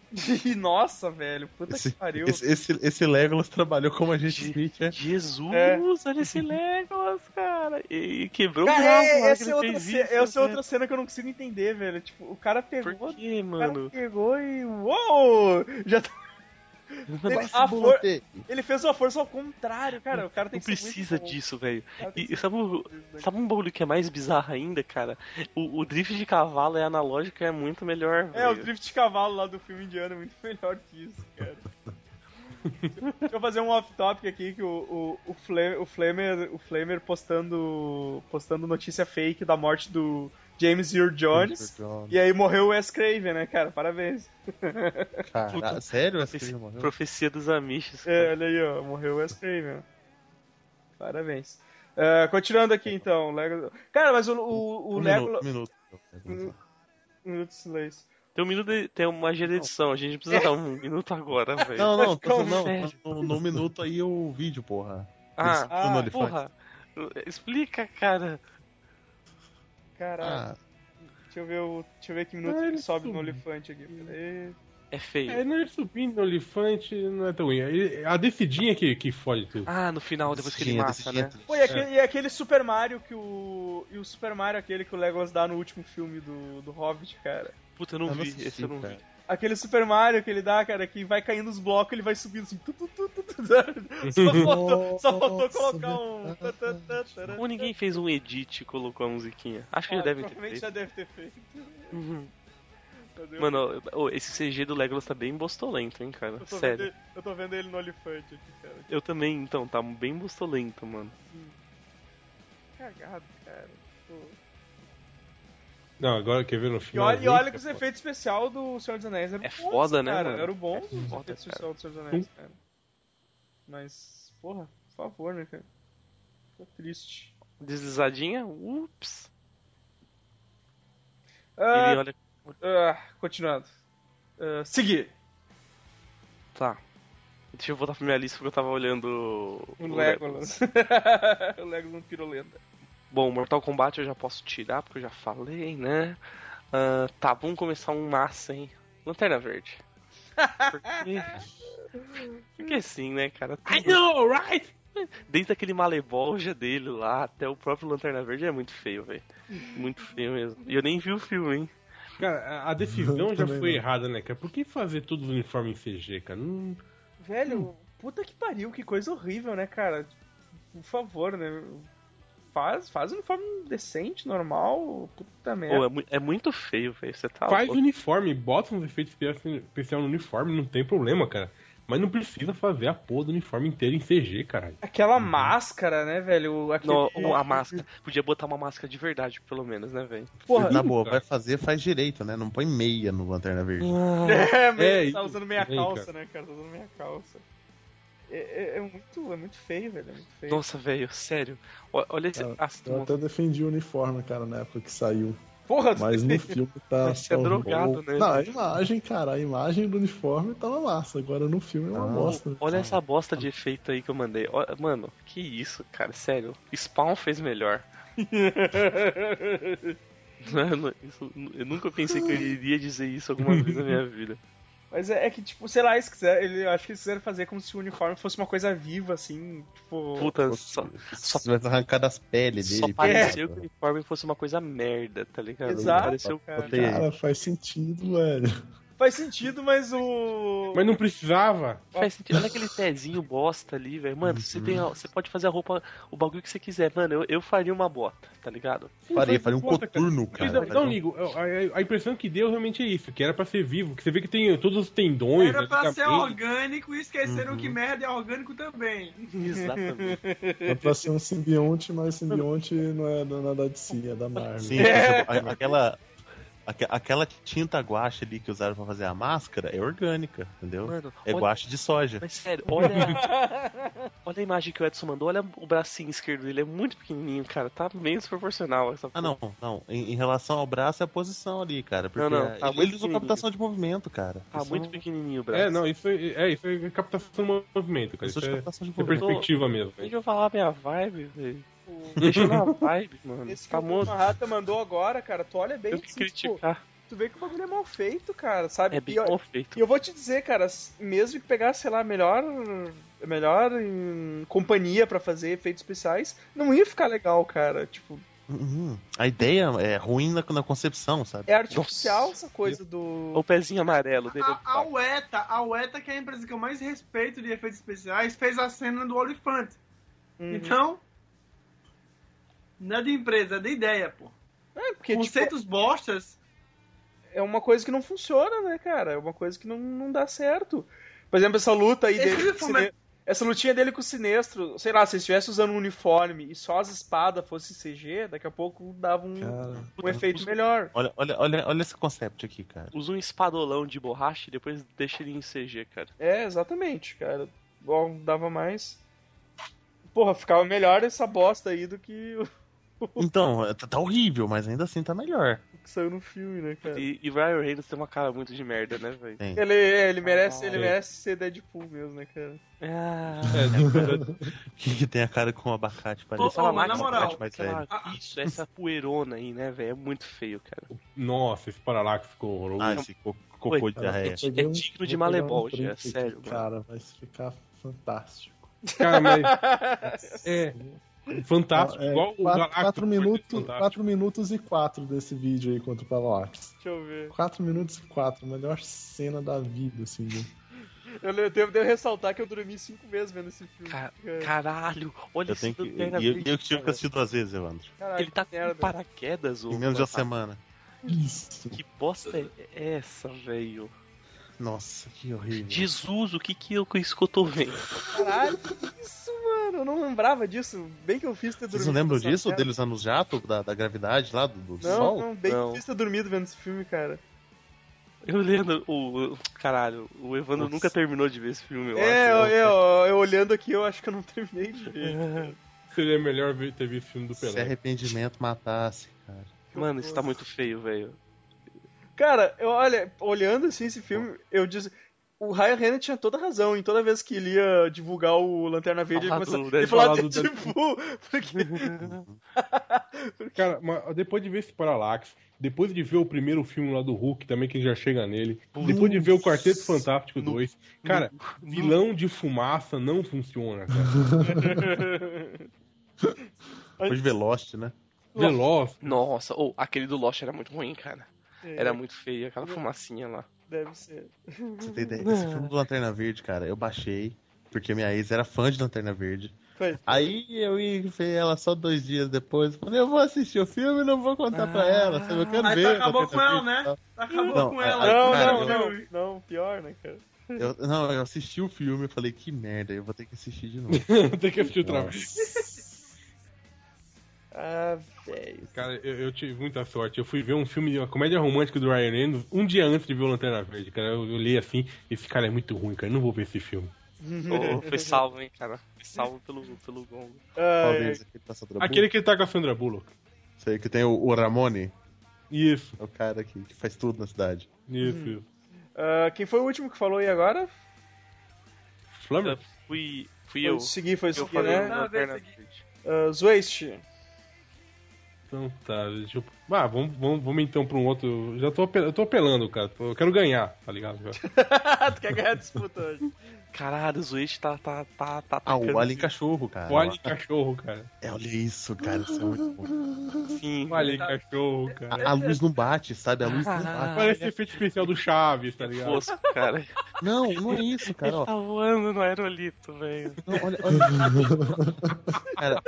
[laughs] Ih, Nossa, velho. Puta
Esse,
que pariu.
esse, esse, esse Legolas trabalhou como agente Smith, é?
Jesus,
É.
olha esse Legolas, cara. E, e quebrou o
Cara,
braço. na hora
é,
que
essa, é
ele
outra,
fez
ce-
isso,
essa é
velho.
outra cena que eu não consigo entender, velho. Tipo, o cara pegou.
Por que,
O cara
mano?
pegou e. Uou! Já tá- Ele, a for- ele fez uma força ao contrário, cara. O cara tem
Não
que ser
precisa
muito bom.
disso, velho.
O cara tem que
E
ser
sabe, o-
muito bom.
sabe um bagulho que é mais bizarro ainda, cara? O, o drift de cavalo é analógico e é muito melhor,
É, o
velho.
drift de cavalo lá do filme indiano é muito melhor que isso, cara. Deixa eu fazer um off-topic aqui que o, o, o, Fle- o Flamer, o Flamer postando, postando notícia fake da morte do James Earl Jones. E aí morreu o Wes Craven, né, cara? Parabéns.
Cara, sério? Essa
Profe-
criança morreu?
Profecia dos Amishes.
É,
cara.
olha aí, ó. Morreu o Wes Craven. Parabéns. Ah, continuando aqui, então. Lego... Cara, mas o, o, o
Um
Legolas...
minuto, um
Hum.
minuto.
Um minuto de silêncio.
Tem um minuto, de- tem uma edição, a gente
É.
precisa dar um minuto
[laughs]
agora, velho.
Não, não,
um
tô,
Calma,
não,
sério.
no, no minuto aí o vídeo, porra.
Ah,
Eles pulam no
é
elefante.
Porra, explica, cara.
Caralho.
Ah,
Deixa eu ver, o... Deixa eu ver que minuto
Ah,
que
ele
sobe no
subiu.
olifante aqui. Peraí.
É feio.
É, não é subindo no elefante, não é tão ruim. Ele- A descidinha que, que fode tudo.
Ah, no final, depois que
descidinha,
ele mata,
descidinha
né?
triste.
Pô, e aquele, e aquele Super Mario que o. E o Super Mario aquele que o Legolas dá no último filme do, do Hobbit, cara.
Puta, eu não
Eu não
vi,
assisti,
esse eu não vi.
cara.
Aquele Super Mario que ele dá, cara, que vai caindo os blocos, ele vai subindo assim. tu, tu, tu, tu, tu, tu. Só faltou, só faltou
Nossa,
colocar um.
Ou ninguém fez um edit e colocou a musiquinha. Acho que
Ah,
eles devem ter
provavelmente
feito. Uhum.
já deve ter feito. Cadê o-
Mano, ô, esse CG do Legolas tá bem bostolento, hein, cara.
eu tô, vendo,
Sério.
ele- eu tô vendo ele no Olifante aqui, cara.
Eu também, então, tá bem bostolento, mano.
Que cagado, cara. Pô.
Não, agora quer ver no
E
final.
olha, e olha que os efeitos especiais do Senhor dos Anéis eram
É
bons,
foda, né,
cara.
mano?
Eram bons
É
os
foda,
efeitos
cara.
especiais do Senhor dos Anéis, cara. Mas, porra, por favor, né, cara? Tô triste.
Deslizadinha? Ups.
Ah,
Ele olha.
ah, continuando. Ah, seguir.
Tá. Deixa eu voltar pra minha lista porque eu tava olhando.
O
o
Legolas. [laughs] o Legolas no piroleta.
Bom, Mortal Kombat eu já posso tirar, porque eu já falei, né? Ah, tá, vamos começar um massa, hein? Lanterna Verde.
[laughs]
Porque... Porque sim, né, cara?
I know, right?
Desde aquele malebolja dele lá até o próprio Lanterna Verde é muito feio, velho. Muito feio mesmo. E eu nem vi o filme, hein?
Cara, a- a decisão
Eu
já
também
foi
não.
errada, né, cara? Por que fazer todos os uniformes em CG, cara? Não-
Velho, puta que pariu, que coisa horrível, né, cara? Por favor, né? Faz, faz um uniforme decente, normal, puta merda.
Pô, é, mu- é muito feio, velho. Você tá
Faz
louco.
uniforme, bota uns efeitos espe- especial no uniforme, não tem problema, cara. Mas não precisa fazer a porra do uniforme inteiro em CG, caralho.
Aquela máscara, né, velho?
um
Aquele...
Uhum. Não, ou a máscara. Podia botar uma máscara de verdade, pelo menos, né, velho?
Porra,
Na boa,
cara.
vai fazer, faz direito, né? Não põe meia no Lanterna Verde.
[laughs] É,
É,
meio, tá
isso
usando meia
também,
calça, né, cara? Tá usando meia calça. É, é- é muito, é muito feio, velho. É muito feio.
Nossa, velho, sério. O- Olha esse.
Não,
Ah,
Eu até defendi o uniforme, cara, na época que saiu.
Porra,
Mas no filme tá.
Mas você é
tá horrível.
drogado, né?
Não, a imagem, cara, a imagem do uniforme tava massa. Agora no filme é uma bosta.
Olha essa bosta de efeito aí que eu mandei. Ó, Mano, que isso, cara, sério. Spawn
[laughs]
fez melhor. Mano, isso- eu nunca pensei que eu iria dizer isso alguma vez na minha vida.
[laughs]
mas é, é que, tipo, sei lá, eles quiseram, ele, eu acho que eles quiseram fazer como se o uniforme fosse uma coisa viva, assim, tipo...
Puta, só,
Só vai arrancar das peles
só
dele.
pareceu que o
pô.
uniforme fosse uma coisa merda, tá ligado?
Exato,
Pareceu
cara.
Botei aí.
Cara, faz sentido, velho.
Faz sentido, mas o...
Mas não precisava.
Faz sentido. Olha aquele pezinho bosta ali, velho. Mano,
Uhum.
você, tem, a- você pode fazer a roupa, o bagulho que você quiser. Mano, eu, eu faria uma bota,
[laughs]
tá ligado?
Parei, falei um
Conta, cara.
coturno,
Mas
cara.
não, não, Nigo, a, a- a impressão que deu realmente é isso, que era pra ser vivo, que você vê que tem todos os
é
tendões. né,
Era
os
pra ser
cabelos.
orgânico e
Hum.
esqueceram que merda é orgânico também.
Exatamente.
É pra ser um simbionte, mas simbionte não é da, não é da DC, é da Marvel.
Sim, essa-
[laughs] É.
a- aquela, aque- aquela tinta guache ali que usaram pra fazer a máscara é orgânica, entendeu?
Mano,
é
olha-
guache de soja.
Mas sério, olha, olha a imagem que o Edson mandou, olha o bracinho esquerdo dele, é muito pequenininho, cara, tá meio desproporcional essa
Ah, não, não. Em, em relação ao braço é a posição ali, cara. Porque
Não, não, tá
ele-
muito
ele usou captação de movimento, cara.
Tá
Isso
muito
não-
pequenininho o braço.
É, não, isso é, é, isso é captação do movimento, cara.
isso de
Isso
tipo
é,
captação de
é
movimento.
perspectiva mesmo.
Deixa eu falar minha vibe, velho. Deixa na vibe, mano.
Esse que
tá
o
morto.
Manhattan mandou agora, cara, tu olha bem,
Tem que
assim, tipo,
criticar.
tu vê que o bagulho é mal feito, cara, sabe?
É bem
E eu-
mal feito.
E eu vou te dizer, cara, s- mesmo que pegasse, sei lá, melhor, melhor em companhia pra fazer efeitos especiais, não ia ficar legal, cara. Tipo,
Uhum. A ideia é ruim na, na concepção, sabe?
é artificial essa coisa do.
O pezinho amarelo dele.
A, a Ueta, a Ueta, que é a empresa que eu mais respeito de efeitos especiais, fez a cena do Olifante.
Uhum.
Então, não é de empresa, é de ideia, pô.
É, porque tipo,
Conceitos bostas.
é uma coisa que não funciona, né, cara? É uma coisa que não, não dá certo. Por exemplo, essa luta aí
Esse
dele. com o
uniforme-
Sine- Essa lutinha dele com o sinestro, sei lá, se ele estivesse usando um uniforme e só as espadas fossem CG, daqui a pouco dava um,
Cara,
um efeito melhor.
Olha, olha, olha, olha esse concept aqui, cara.
Usa um espadolão de borracha e depois deixa ele em CG, cara.
É, exatamente, cara. Bom, dava mais. Porra, ficava melhor essa bosta aí do que o
Então, é, tá, tá horrível, mas ainda assim tá melhor. [laughs]
que saiu no filme, né, cara?
E, e Ryan Reynolds tem uma cara muito de merda, né, velho?
Tem.
Ele, ele merece, ele
é.
merece ser Deadpool mesmo, né, cara? [laughs]
Ah,
Que, que tem a cara com um abacate, parece.
Ô, ô, mas na
um
moral,
abacate mais
sei lá,
velho.
isso, essa poeirona aí, né, velho? É muito feio, cara.
Nossa, esse paralax ficou horroroso.
Ah, esse co- cocô de
Coitado.
diarreia.
É
peguei um-
digno de
vou pegar
Malebolge,
print
é
aqui,
sério, mano.
Cara, vai ficar fantástico. [laughs]
Cara, mas. É. Fantástico,
É,
igual o
quatro,
Galactus.
quatro minutos,
Fantástico.
4 minutos e 4 desse vídeo aí contra o Palalax.
Deixa eu ver.
4 minutos e 4, melhor cena da vida, assim. né?
Eu le- devo, devo ressaltar que eu dormi cinco meses vendo esse filme.
Ca-
Cara,
Caralho, olha
Eu tenho que.
Lanterna
E eu,
Verde,
e eu que tive que
cara.
assistir duas vezes, Evandro.
caralho,
Ele tá
que
com paraquedas, ô.
Em menos de uma
Lanterna.
semana.
Isso.
Que bosta é essa, velho?
Nossa, que horrível.
Jesus, o que que eu, isso que eu tô vendo?
Caralho, que isso, mano? Eu não lembrava disso. Bem que eu fiz ter dormido.
Vocês não lembram
nessa
disso?
merda.
Deles usando o jato, da, da gravidade lá, do, do
Não,
sol?
não, bem que
Não.
eu fiz ter dormido vendo esse filme, cara.
Eu lembro, o. Caralho, o Evandro
Nossa.
nunca terminou de ver esse filme, eu
é, eu,
acho.
eu, eu olhando aqui, eu acho que eu não [laughs] terminei de ver.
Seria melhor ver- ter visto o filme do
Se
Pelé.
arrependimento matasse, cara.
Mano, isso tá muito feio, velho.
Cara, eu, olha, olhando assim esse filme, eu disse. O Ryan Reynolds tinha toda razão, em toda vez que ele ia divulgar o Lanterna Verde, ele,
Falar
começava,
do
ele
Deadpool.
falava
Falar do
Deadpool, [laughs] porque
Cara, mas depois de ver esse Parallax, depois de ver o primeiro filme lá do Hulk também, que já chega nele, depois de ver o Quarteto Fantástico 2, cara, vilão de fumaça não funciona,
[laughs]
cara.
Depois de Velost, né?
Veloz,
Nossa, ou aquele do Lost era muito ruim, cara. Era
É,
muito feio, aquela fumacinha
[laughs]
lá.
deve ser.
Você tem ideia? Esse filme do Lanterna Verde, cara, eu baixei, porque minha ex era fã de Lanterna Verde.
Foi.
Aí eu ia ver ela só dois dias depois. eu Falei, eu vou assistir o filme e não vou contar pra ela, sabe? Eu quero
Aí tu
ver.
acabou
Lanterna
com ela,
Verde e
né?
tal.
Acabou
Não,
com
é-
ela.
Não,
Cara,
não,
Ah, eu-
não, não, pior, né, cara?
Eu, não, eu assisti o filme eu falei, que merda, eu vou ter que assistir de novo.
[laughs] tem que assistir outra vez. [laughs]
Ah, velho.
Cara, eu, eu tive muita sorte. Eu fui ver um filme, de uma comédia romântica do Ryan Reynolds, um dia antes de ver o Lanterna Verde, cara. Eu, eu li assim, esse cara é muito ruim, cara. Eu não vou ver esse filme.
Tá
Ô, foi salvo, hein, cara. Foi salvo pelo, pelo gongo.
Ah,
Qual
é.
deles? Aquele passa
Aquele que ele tá com a Sandra Bullock.
Isso aí que tem o, o Ramone,
Isso,
é o cara que, que faz tudo na cidade.
isso, isso.
Ah, quem foi o último que falou aí agora?
Flammer?
Fui,
Foi
fui eu.
o Segui, foi o
Eu
Segui, né?
falei o
Não, vem
Lanterna
seguir.
Verde.
Ah, Zwaist.
Então tá, deixa eu... Ah, vamos, vamos, vamos então pra um outro... Já tô, apel- eu tô apelando, cara. Tô- Eu quero ganhar, tá ligado? cara?
tu quer ganhar a disputa hoje.
Caralho, o Zuete tá, tá, tá, tá
Ah,
atacando.
o Alien Cachorro, cara.
O Alien Cachorro, cara.
É, olha isso, cara, isso é muito bom.
Sim.
O Alien Cachorro, cara.
A, a luz não bate, sabe? A luz não bate.
Parece efeito especial do Chaves, tá ligado?
Fosco, cara.
Não, [laughs] não é isso, cara. ó.
[laughs] Tá voando no aerolito, velho.
Não, olha, olha- [laughs] Cara.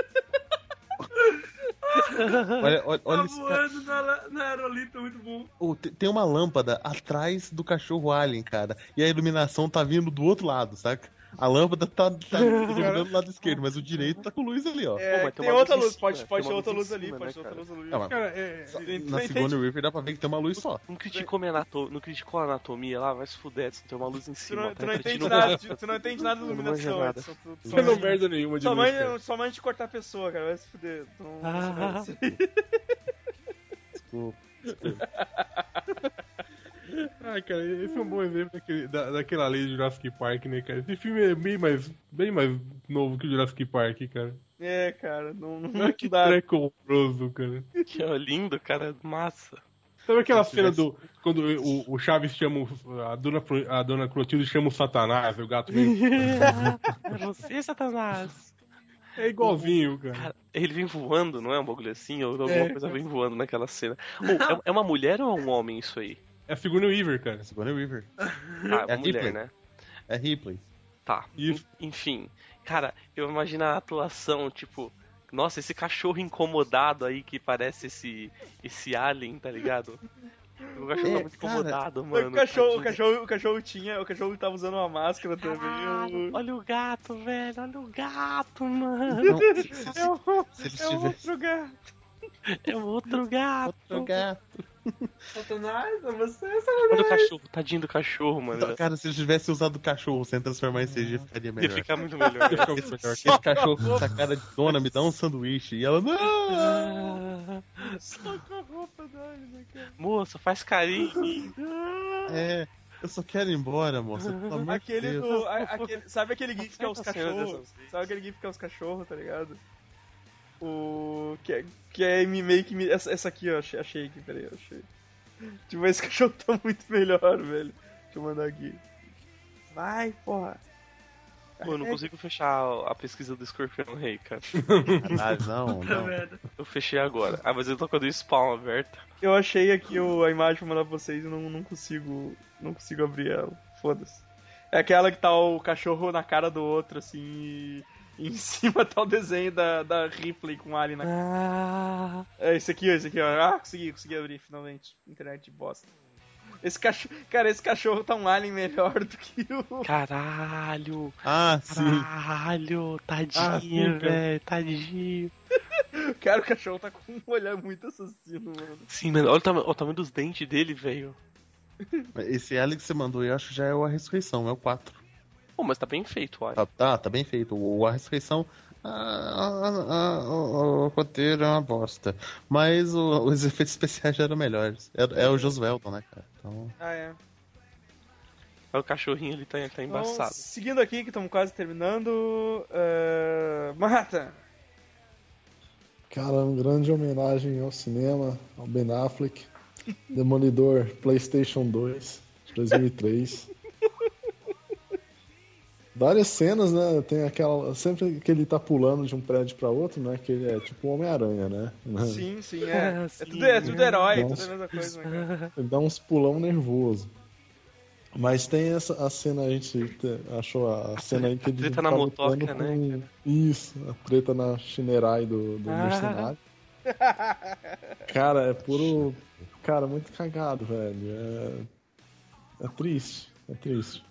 Olha, olha, olha
Tá
isso, cara.
voando na, na aerolito, muito bom.
Ô, te- Tem uma lâmpada atrás do cachorro alien, cara. E a iluminação tá vindo do outro lado, saca? A lâmpada tá,
[laughs]
tá iluminando do lado esquerdo, mas o direito tá com luz ali, ó.
É,
Pô, mas tem
tem,
uma
outra
luz em
luz,
cima,
pode, pode
tem
ter
uma
outra
luz
luz
em
ali,
cima,
pode ter
né,
outra
cara?
luz ali.
É, mas
Cara, é...
na Sigourney River dá pra ver que tem uma luz só.
Não criticou minha anatomia, não criticou a anatomia lá, vai se fuder, se não tem uma luz em
Tu
cima.
não,
tá
tu não entende
refletindo
nada,
nada.
de- tu não entende nada de
Eu não manjo
iluminação,
nada.
Edson. Tu- tu-
Não deu merda nenhuma de
Sua
luz, cara.
mãe, sua mãe te cortar a pessoa, cara, vai se fuder. Tu não-
Ah.
Desculpa.
Ah, cara, esse é um bom exemplo daquele, da, daquela lei de Jurassic Park, né, cara? Esse filme é bem mais, bem mais novo que o Jurassic Park, cara.
É, cara, não, não,
[laughs]
Olha que
não dá.
treco horroroso, cara.
[laughs] Que ó, lindo, cara, é massa.
Sabe aquela cena do. Quando o, o Chaves chama. o- A dona, Flo- a dona Clotilde chama o Satanás, e o gato vem.
É você, Satanás.
É igualzinho, cara.
Cara, ele vem voando, não é um bagulho assim? Ou alguma coisa vem voando
[laughs]
naquela cena. Ô, é, é uma mulher ou é um homem isso aí?
É a Sigourney Weaver, cara.
Sigourney River.
Ah,
É a
mulher,
Ripley.
né?
É Ripley.
Tá.
Isso.
En- Enfim, cara, eu imagino a atuação, tipo, nossa, esse cachorro incomodado aí que parece esse esse alien, tá ligado? O cachorro
É,
tá muito
cara,
incomodado, mano.
o, cachorro, o,
tadinho.
cachorro, o cachorro tinha, o cachorro tava usando uma máscara também.
Caralho,
o-
olha o gato, velho, olha o gato,
[laughs]
mano.
Não, se, se-
É o-
se eles
é o
tivessem
outro gato.
É outro gato.
outro gato.
Satanás, é você,
Olha o cachorro, tadinho do cachorro, mano.
Cara, se eles tivessem usado o cachorro sem transformar em CG, ficaria
Ia
melhor.
ficar muito melhor.
Deixa eu ver melhor aqui.
Esse cachorro com essa cara de dona me dá um sanduíche. E ela, não!
Ah,
Só com a roupa dele, né, cara?
moça, faz carinho.
É, eu só quero ir embora, moça. Pelo amor de
Aquele
Deus.
do. a- aquele- sabe aquele gif que é os
Essa cena
cachorros?
dessas vezes.
Sabe aquele gif que é os cachorros, tá ligado? O. Que é, que é me- meio que. me- Essa, essa aqui, ó, achei, achei aqui, peraí, eu achei. Tipo, esse [laughs] cachorro tá muito melhor, velho. Deixa eu mandar aqui. Vai, porra.
Pô, eu não consigo fechar a pesquisa do Escorpião Rei, cara.
Caralho, Ah, não,
Puta
não.
merda.
Eu fechei agora. Ah, mas eu tô com a do spawn aberta.
Eu achei aqui o- a imagem pra mandar pra vocês e não, não consigo. Não consigo abrir ela. Foda-se. É aquela que tá o cachorro na cara do outro, assim, e, e em [laughs] cima tá o desenho da, da Ripley com o Alien na cara.
Ah,
É esse aqui, ó, esse aqui, ó. Ah, consegui, consegui abrir, finalmente. Internet de bosta. Esse cachorro. Cara, esse cachorro tá um alien melhor do que o.
Caralho!
Ah, sim.
Caralho!
Ah,
Tadinho,
sim, cara.
velho! Tadinho!
Cara, o [laughs] cachorro tá com um olhar muito assassino, mano.
Sim, mano, olha o, tama- olha o tamanho dos dentes dele, velho.
Esse Alex que você mandou, eu acho que já é o A Ressurreição, é o 4.
Pô, mas tá bem feito, olha.
Tá, tá, tá bem feito. O, o A Ressurreição. ah, ah, ah, o, o roteiro é uma bosta. Mas o- os efeitos especiais já eram melhores. É, é o Josuelton, né, cara? Então.
Ah, é.
Olha O cachorrinho ele tá, tá
Então,
embaçado.
seguindo aqui, que estamos quase terminando. Uh, Manhattan.
Cara, uma grande homenagem ao cinema, ao Ben Affleck, [laughs] Demolidor PlayStation 2, de 2003. Várias cenas, né? Tem aquela. Sempre que ele tá pulando de um prédio pra outro, né? Que ele é tipo um Homem-Aranha, né?
Sim, [laughs] sim, é.
Ah,
É
sim.
tudo, é tudo herói,
Nossa.
tudo é a mesma coisa, né, cara?
Ele dá uns pulão nervoso. Mas tem essa a cena, a gente te- achou a, cena aí que ele
treta na
tá
motoca,
lutando
né,
com- Isso, a treta na Shinerai do, do
Ah.
mercenário. Cara, é puro. Cara, muito cagado, velho. É, é triste, é triste.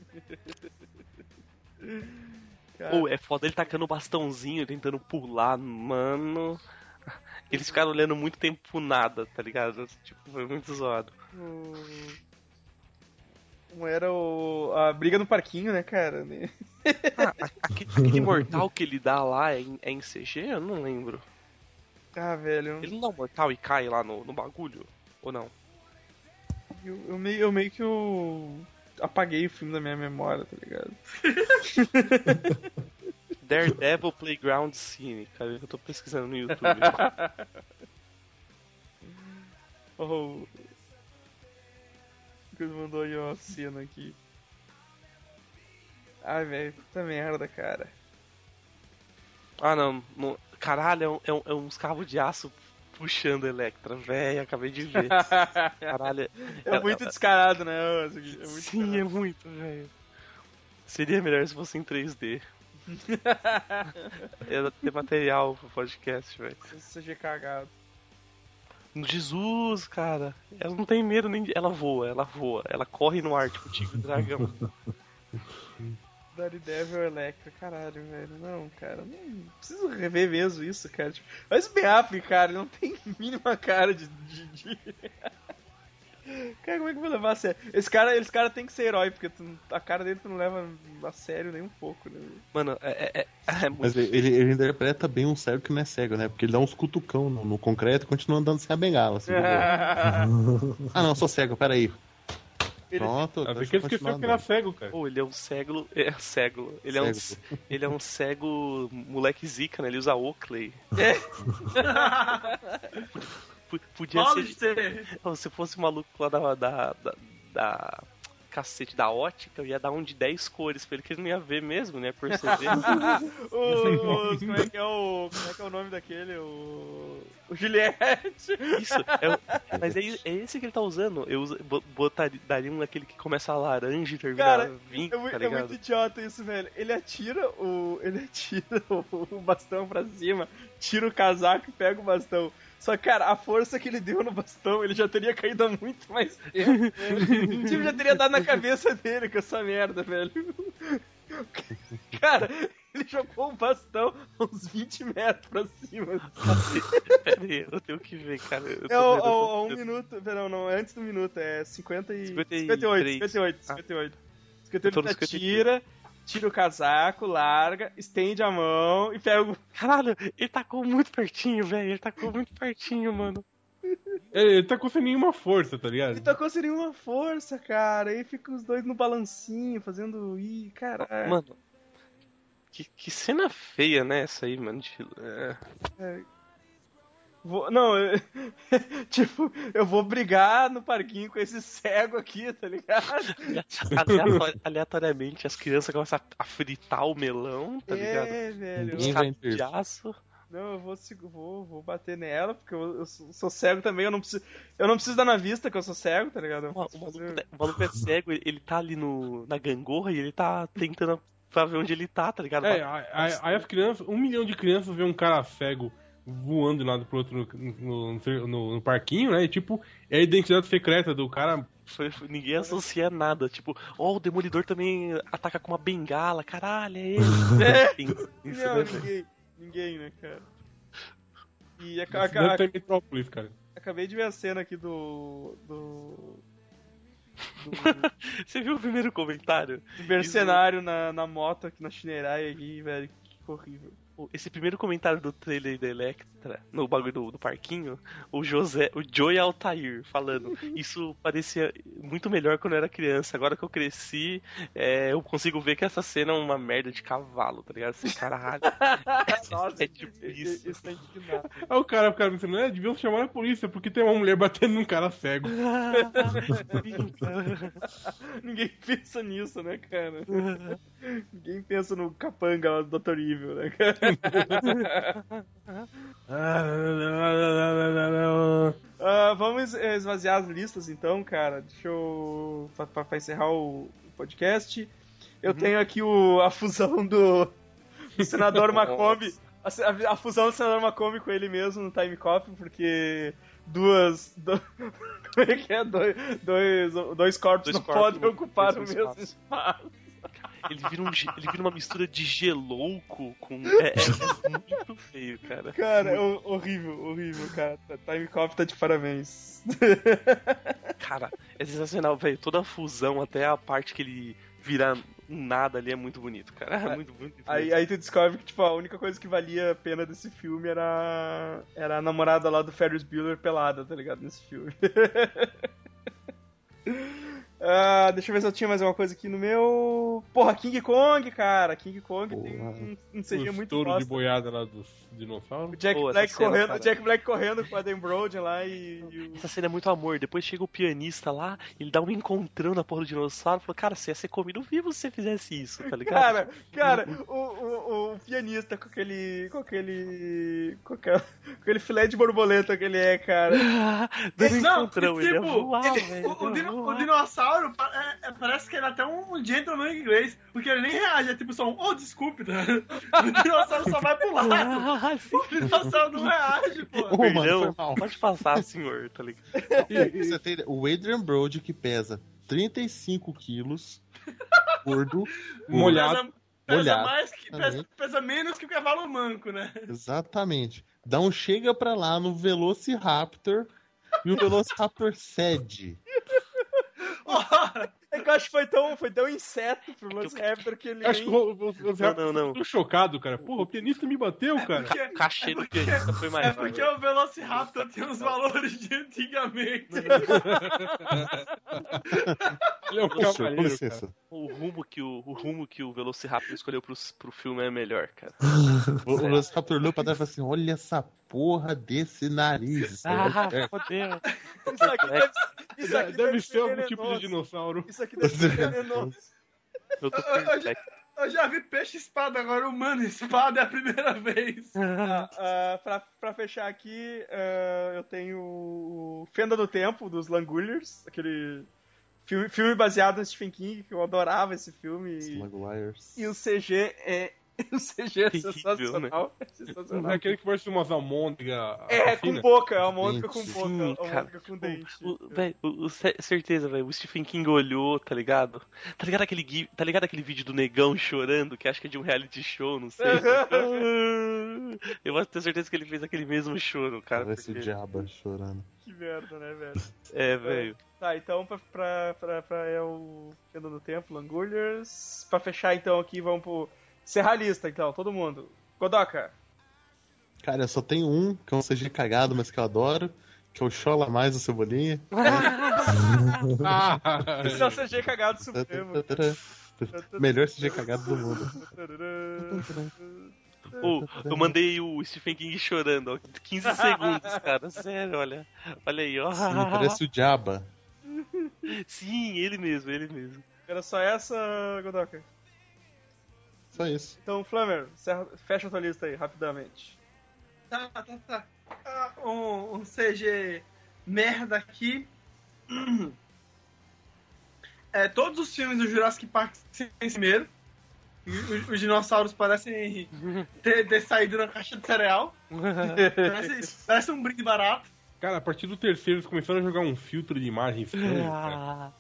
Pô, é foda ele tacando o bastãozinho, tentando pular, mano. Eles ficaram olhando muito tempo pro nada, tá ligado? Tipo, foi muito zoado.
O- Como era o... a briga no parquinho, né, cara? Né?
Aquele, aquele mortal que ele dá lá é em, é em CG? Eu não lembro.
Ah, velho,
Ele não dá um mortal e cai lá no, no bagulho? Ou não?
eu, eu meio, eu meio que eu apaguei o filme da minha memória, tá ligado?
Daredevil Playground Scene, cara. Eu tô pesquisando no YouTube.
[laughs] Oh. O que ele mandou aí uma cena aqui. Ai, velho, puta merda, cara.
ah, não. não- caralho, é, um- é um- é uns carros de aço puxando Electra, velho. Acabei de ver. Caralho.
[laughs] É muito descarado, né? isso aqui, É muito
Sim, é muito, velho. Seria melhor se fosse
[laughs]
em 3D. Ia ter material pro podcast, velho.
descarado. CG cagado.
Jesus, cara. Ela não tem medo nem de... Ela voa, ela voa. Ela corre no ar, tipo tigre e dragão.
Daredevil é Electra, caralho, velho. Não, cara, não preciso rever mesmo isso, cara. Tipo, mas o Ben Affleck, cara, ele não tem [laughs] mínima cara de. de- [laughs] de- Cara, como é que eu vou levar a sério? Esse cara, esse cara tem que ser herói, porque tu não- a cara dele tu não leva a sério nem um pouco, né?
[laughs] Mano, é, é- é- é muito...
Mas ele, ele- ele interpreta bem um cego que não é cego, né? Porque ele dá uns cutucão no, no concreto e continua andando sem a bengala. assim, de
É.
boa. ah, não, sou cego, peraí.
Ele-
Pronto.
Até
deixa
que
eu
ele esqueceu
continuar
que era
andando.
cego, cara.
Pô, ele é um cego... É, cego. Ele é um...
Cego,
[laughs] Ele é um cego moleque zica, né? Ele usa Oakley. P- [laughs] Podia
Paulo
ser...
de
[laughs]
ter.
Então, se eu fosse o maluco lá da, da, da, da- Cacete da ótica, eu ia dar um de 10 cores pra ele, que ele não ia ver mesmo, né? Perceber.
[laughs] O, como é que é o. Como é que é o nome daquele? O. O Juliette!
Isso. é
Ah,
o- mas é, é esse que ele tá usando. Eu usa- bo- botaria, daria um daquele que começa a laranja e termina
Cara,
a vinho,
É, mui-
tá
é muito
ligado?
idiota isso, velho. Ele atira o. Ele atira [laughs] o, o bastão pra cima, tira o casaco e pega o bastão. Só que, cara, a força que ele deu no bastão, ele já teria caído há muito mais tempo.
[laughs]
o time já teria dado na cabeça dele com essa merda, velho. [laughs] Cara, ele jogou o bastão uns 20 metros pra cima.
Pera aí, [laughs] eu tenho que ver, cara. Eu tô
É o,
vendo-
o- o um minuto. Não, não, é antes do minuto, é 50 e.
53.
58, 58,
Ah.
58.
Eu
58
tô no
ele
53.
tira, tira o casaco, larga, estende a mão e pega o.
Caralho, ele tacou muito pertinho, velho. Ele tacou muito pertinho, mano.
Ele, ele tacou sem nenhuma força, tá
Ele
É.
ligado?
tocou sem nenhuma força, cara. Aí fica os dois no balancinho, fazendo. Ih, caralho.
Mano. [laughs] Que, que cena feia, né? Essa aí, mano. de- é.
Vou, não, eu- [laughs] tipo, eu vou brigar no parquinho com esse cego aqui, tá ligado?
Aleatori- Aleatoriamente, as crianças começam a fritar o melão, tá ligado?
É, velho.
Ninguém vai
Cabo de
intervir.
aço.
Não, eu vou, se- vou, vou bater nela, porque eu, eu sou, sou cego também, eu não preciso. Eu não preciso dar na vista que eu sou cego, tá ligado? Eu
O, o
preciso
maluco,
fazer-
tá- o maluco é cego, ele- ele tá ali no, na gangorra e ele tá tentando pra ver onde ele tá, tá ligado?
É, aí- aí aí as crianças, um milhão de crianças vê um cara cego voando de um lado pro outro no, no- no- no parquinho, né? E tipo, é a identidade secreta do cara.
Foi- foi- ninguém associa nada. Tipo, ó, o Demolidor também ataca com uma bengala, caralho,
[laughs]
é ele. Enfim, isso,
Não,
né, velho?
ninguém. Ninguém, né, cara? E aca-
Deve
aca-
estar em Metrópolis, cara.
acabei de ver a cena aqui do. do.
Você viu o primeiro comentário?
do mercenário na, na moto aqui na Shinerai aqui, velho. Que horrível.
O- Esse primeiro comentário do trailer da Electra, no bagulho do, do parquinho, o José, o Joey Altair falando. Isso parecia muito melhor quando eu era criança. Agora que eu cresci, é, eu consigo ver que essa cena é uma merda de cavalo, tá ligado? Esse caralho. é tipo isso.
Isso tá indignado.
Aí o cara, o cara pensando, né? Deviam chamar a polícia, porque tem uma mulher batendo num cara cego.
[laughs] Ninguém pensa nisso, né, cara? Ninguém pensa no capanga lá do Dr. Evil, né, cara?
[laughs]
Ah, vamos eh, esvaziar as listas então, cara. Deixa eu. pra- pra pra encerrar o o podcast.
Uhum.
Eu tenho aqui o, a fusão do, do
[laughs]
senador Macombi. A, se- a- a fusão do senador Macombi com ele mesmo no Time Cop, porque duas. do- [laughs] como é que é? Dois, dois, dois corpos
Dois
não
corpos
podem
não-
ocupar o
dois
mesmo
espaços.
espaço.
Ele vira, um, ge- ele vira uma mistura de gelouco com. É, é muito feio, cara.
Cara, é hor- horrível, horrível, cara. Time Cop tá de parabéns.
Cara, é sensacional, velho. Toda a fusão, até a parte que ele virar um nada ali é muito bonito, cara. É muito bonito.
Aí, aí tu descobre que, tipo, a única coisa que valia a pena desse filme era, era a namorada lá do Ferris Bueller pelada, tá ligado? Nesse filme. [laughs] Ah, deixa eu ver se eu tinha mais uma coisa aqui no meu... Porra, King Kong, cara. King Kong tem
Porra.
um, um
O
CG muito
estouro de
bosta.
boiada lá dos dinossauros.
O Jack,
Boa,
Black
essa cena,
correndo,
cara.
o Jack Black correndo com a Dan Brody lá e... e o-
Essa cena é muito amor. Depois chega o pianista lá, ele dá um encontrão na porra do dinossauro e fala: Cara, você ia ser comido vivo se você fizesse isso, tá ligado?
Cara, cara,
Uhum.
o, o, o pianista com aquele. com aquele. com aquela- com aquele filé de borboleta que ele é,
[laughs]
cara.
[laughs] Dando um
Não,
encontrão, ele ia voar,
ele-
velho.
o, o
ele ia
dino- o
voar.
dinossauro pa- é- é- parece que ele é até um, um gentleman inglês, porque ele nem reage, é tipo só um, oh, desculpe, tá? [laughs] o dinossauro só vai pro lado.
Ah, sim.
O dinossauro não reage, pô.
Ô, mano,
Perdão,
foi mal.
pode passar, senhor, tá ligado?
Pra você ter ideia, O Adrian Brody, que pesa 35 quilos, gordo,
Molhado.
Pesa, pesa,
Olhado.
mais que, pesa,
Também.
pesa menos que o cavalo manco, né?
Exatamente. Dá um chega pra lá no Velociraptor e o Velociraptor cede.
Ó,
É que eu acho que foi tão, foi tão inseto pro Lance Raptor que ele.
É Eu Acho que
nem-
o- o- o-
Não, não, não.
eu tô chocado, cara. Porra, o pianista me bateu,
É,
cara.
O cachê do pianista foi
é
maior.
porque o Velociraptor tem os valores de antigamente.
Ele é um
Ô, senhor, com
cavaleiro, cara.
licença.
O rumo que o, o rumo que o Velociraptor escolheu pro, pro filme é melhor, cara.
O o Velociraptor olhou pra trás e falou assim: olha essa porra desse nariz.
Ah,
É.
fodeu.
Isso aqui deve, isso aqui
Deve, ser algum
venenoso.
tipo de dinossauro.
Isso aqui deve ser venenoso.
Eu tô
Eu- eu já-
perplexo.
Eu já vi peixe-espada, agora humano-espada é a primeira vez.
Ah, pra, pra fechar aqui, ah, eu tenho o Fenda do Tempo, dos Langulers, aquele filme, filme baseado no Stephen King, que eu adorava esse filme. [laughs] E-
Slug Wires.
E o CG é. [laughs] O CG é
Terrível,
sensacional.
né?
É
É
sensacional.
aquele que parece assim, umas almôndegas.
É, com
afina.
boca, é uma mônica com
Dente.
boca, é
Sim,
uma
cara. tipo,
mônica com dente.
O- o- véi, o- o cer- certeza, velho. O Stephen King olhou, tá ligado? Tá ligado, aquele, gui- tá ligado aquele vídeo do negão chorando, que acho que é de um reality show, não sei. Eu tenho certeza que ele fez aquele mesmo choro, cara.
Parece o
porque-
diabo chorando.
Que merda, né, velho?
É, velho.
Tá, então pra, pra, pra, pra é o Fenda do Tempo, Langulhers. Pra fechar então aqui, vamos pro. Encerrar a lista então, todo mundo. Godoka.
Cara, eu só tenho um, que é um CG cagado, mas que eu adoro, que é o Chola Mais do Cebolinha.
Ah,
Esse é o CG cagado
[laughs]
supremo.
Melhor CG cagado do mundo.
Ô, eu mandei o Stephen King chorando, ó. 15 segundos, cara. Sério, olha. Olha aí, ó.
Sim, parece o Diaba.
Sim, ele mesmo, ele mesmo.
Era só essa, Godoka.
Só isso.
Então, Flamer, encerra- fecha a tua lista aí, rapidamente.
Tá, tá, tá. Ah, Um, um CG merda aqui. [clears throat] É, todos os filmes do Jurassic Park sem primeiro. E Os, os
[laughs]
dinossauros parecem ter, ter saído na caixa de cereal. Parece, parece um brinde barato.
Cara, a partir do terceiro eles começaram a jogar um filtro
[laughs]
de imagem estranho, cara.
Ah,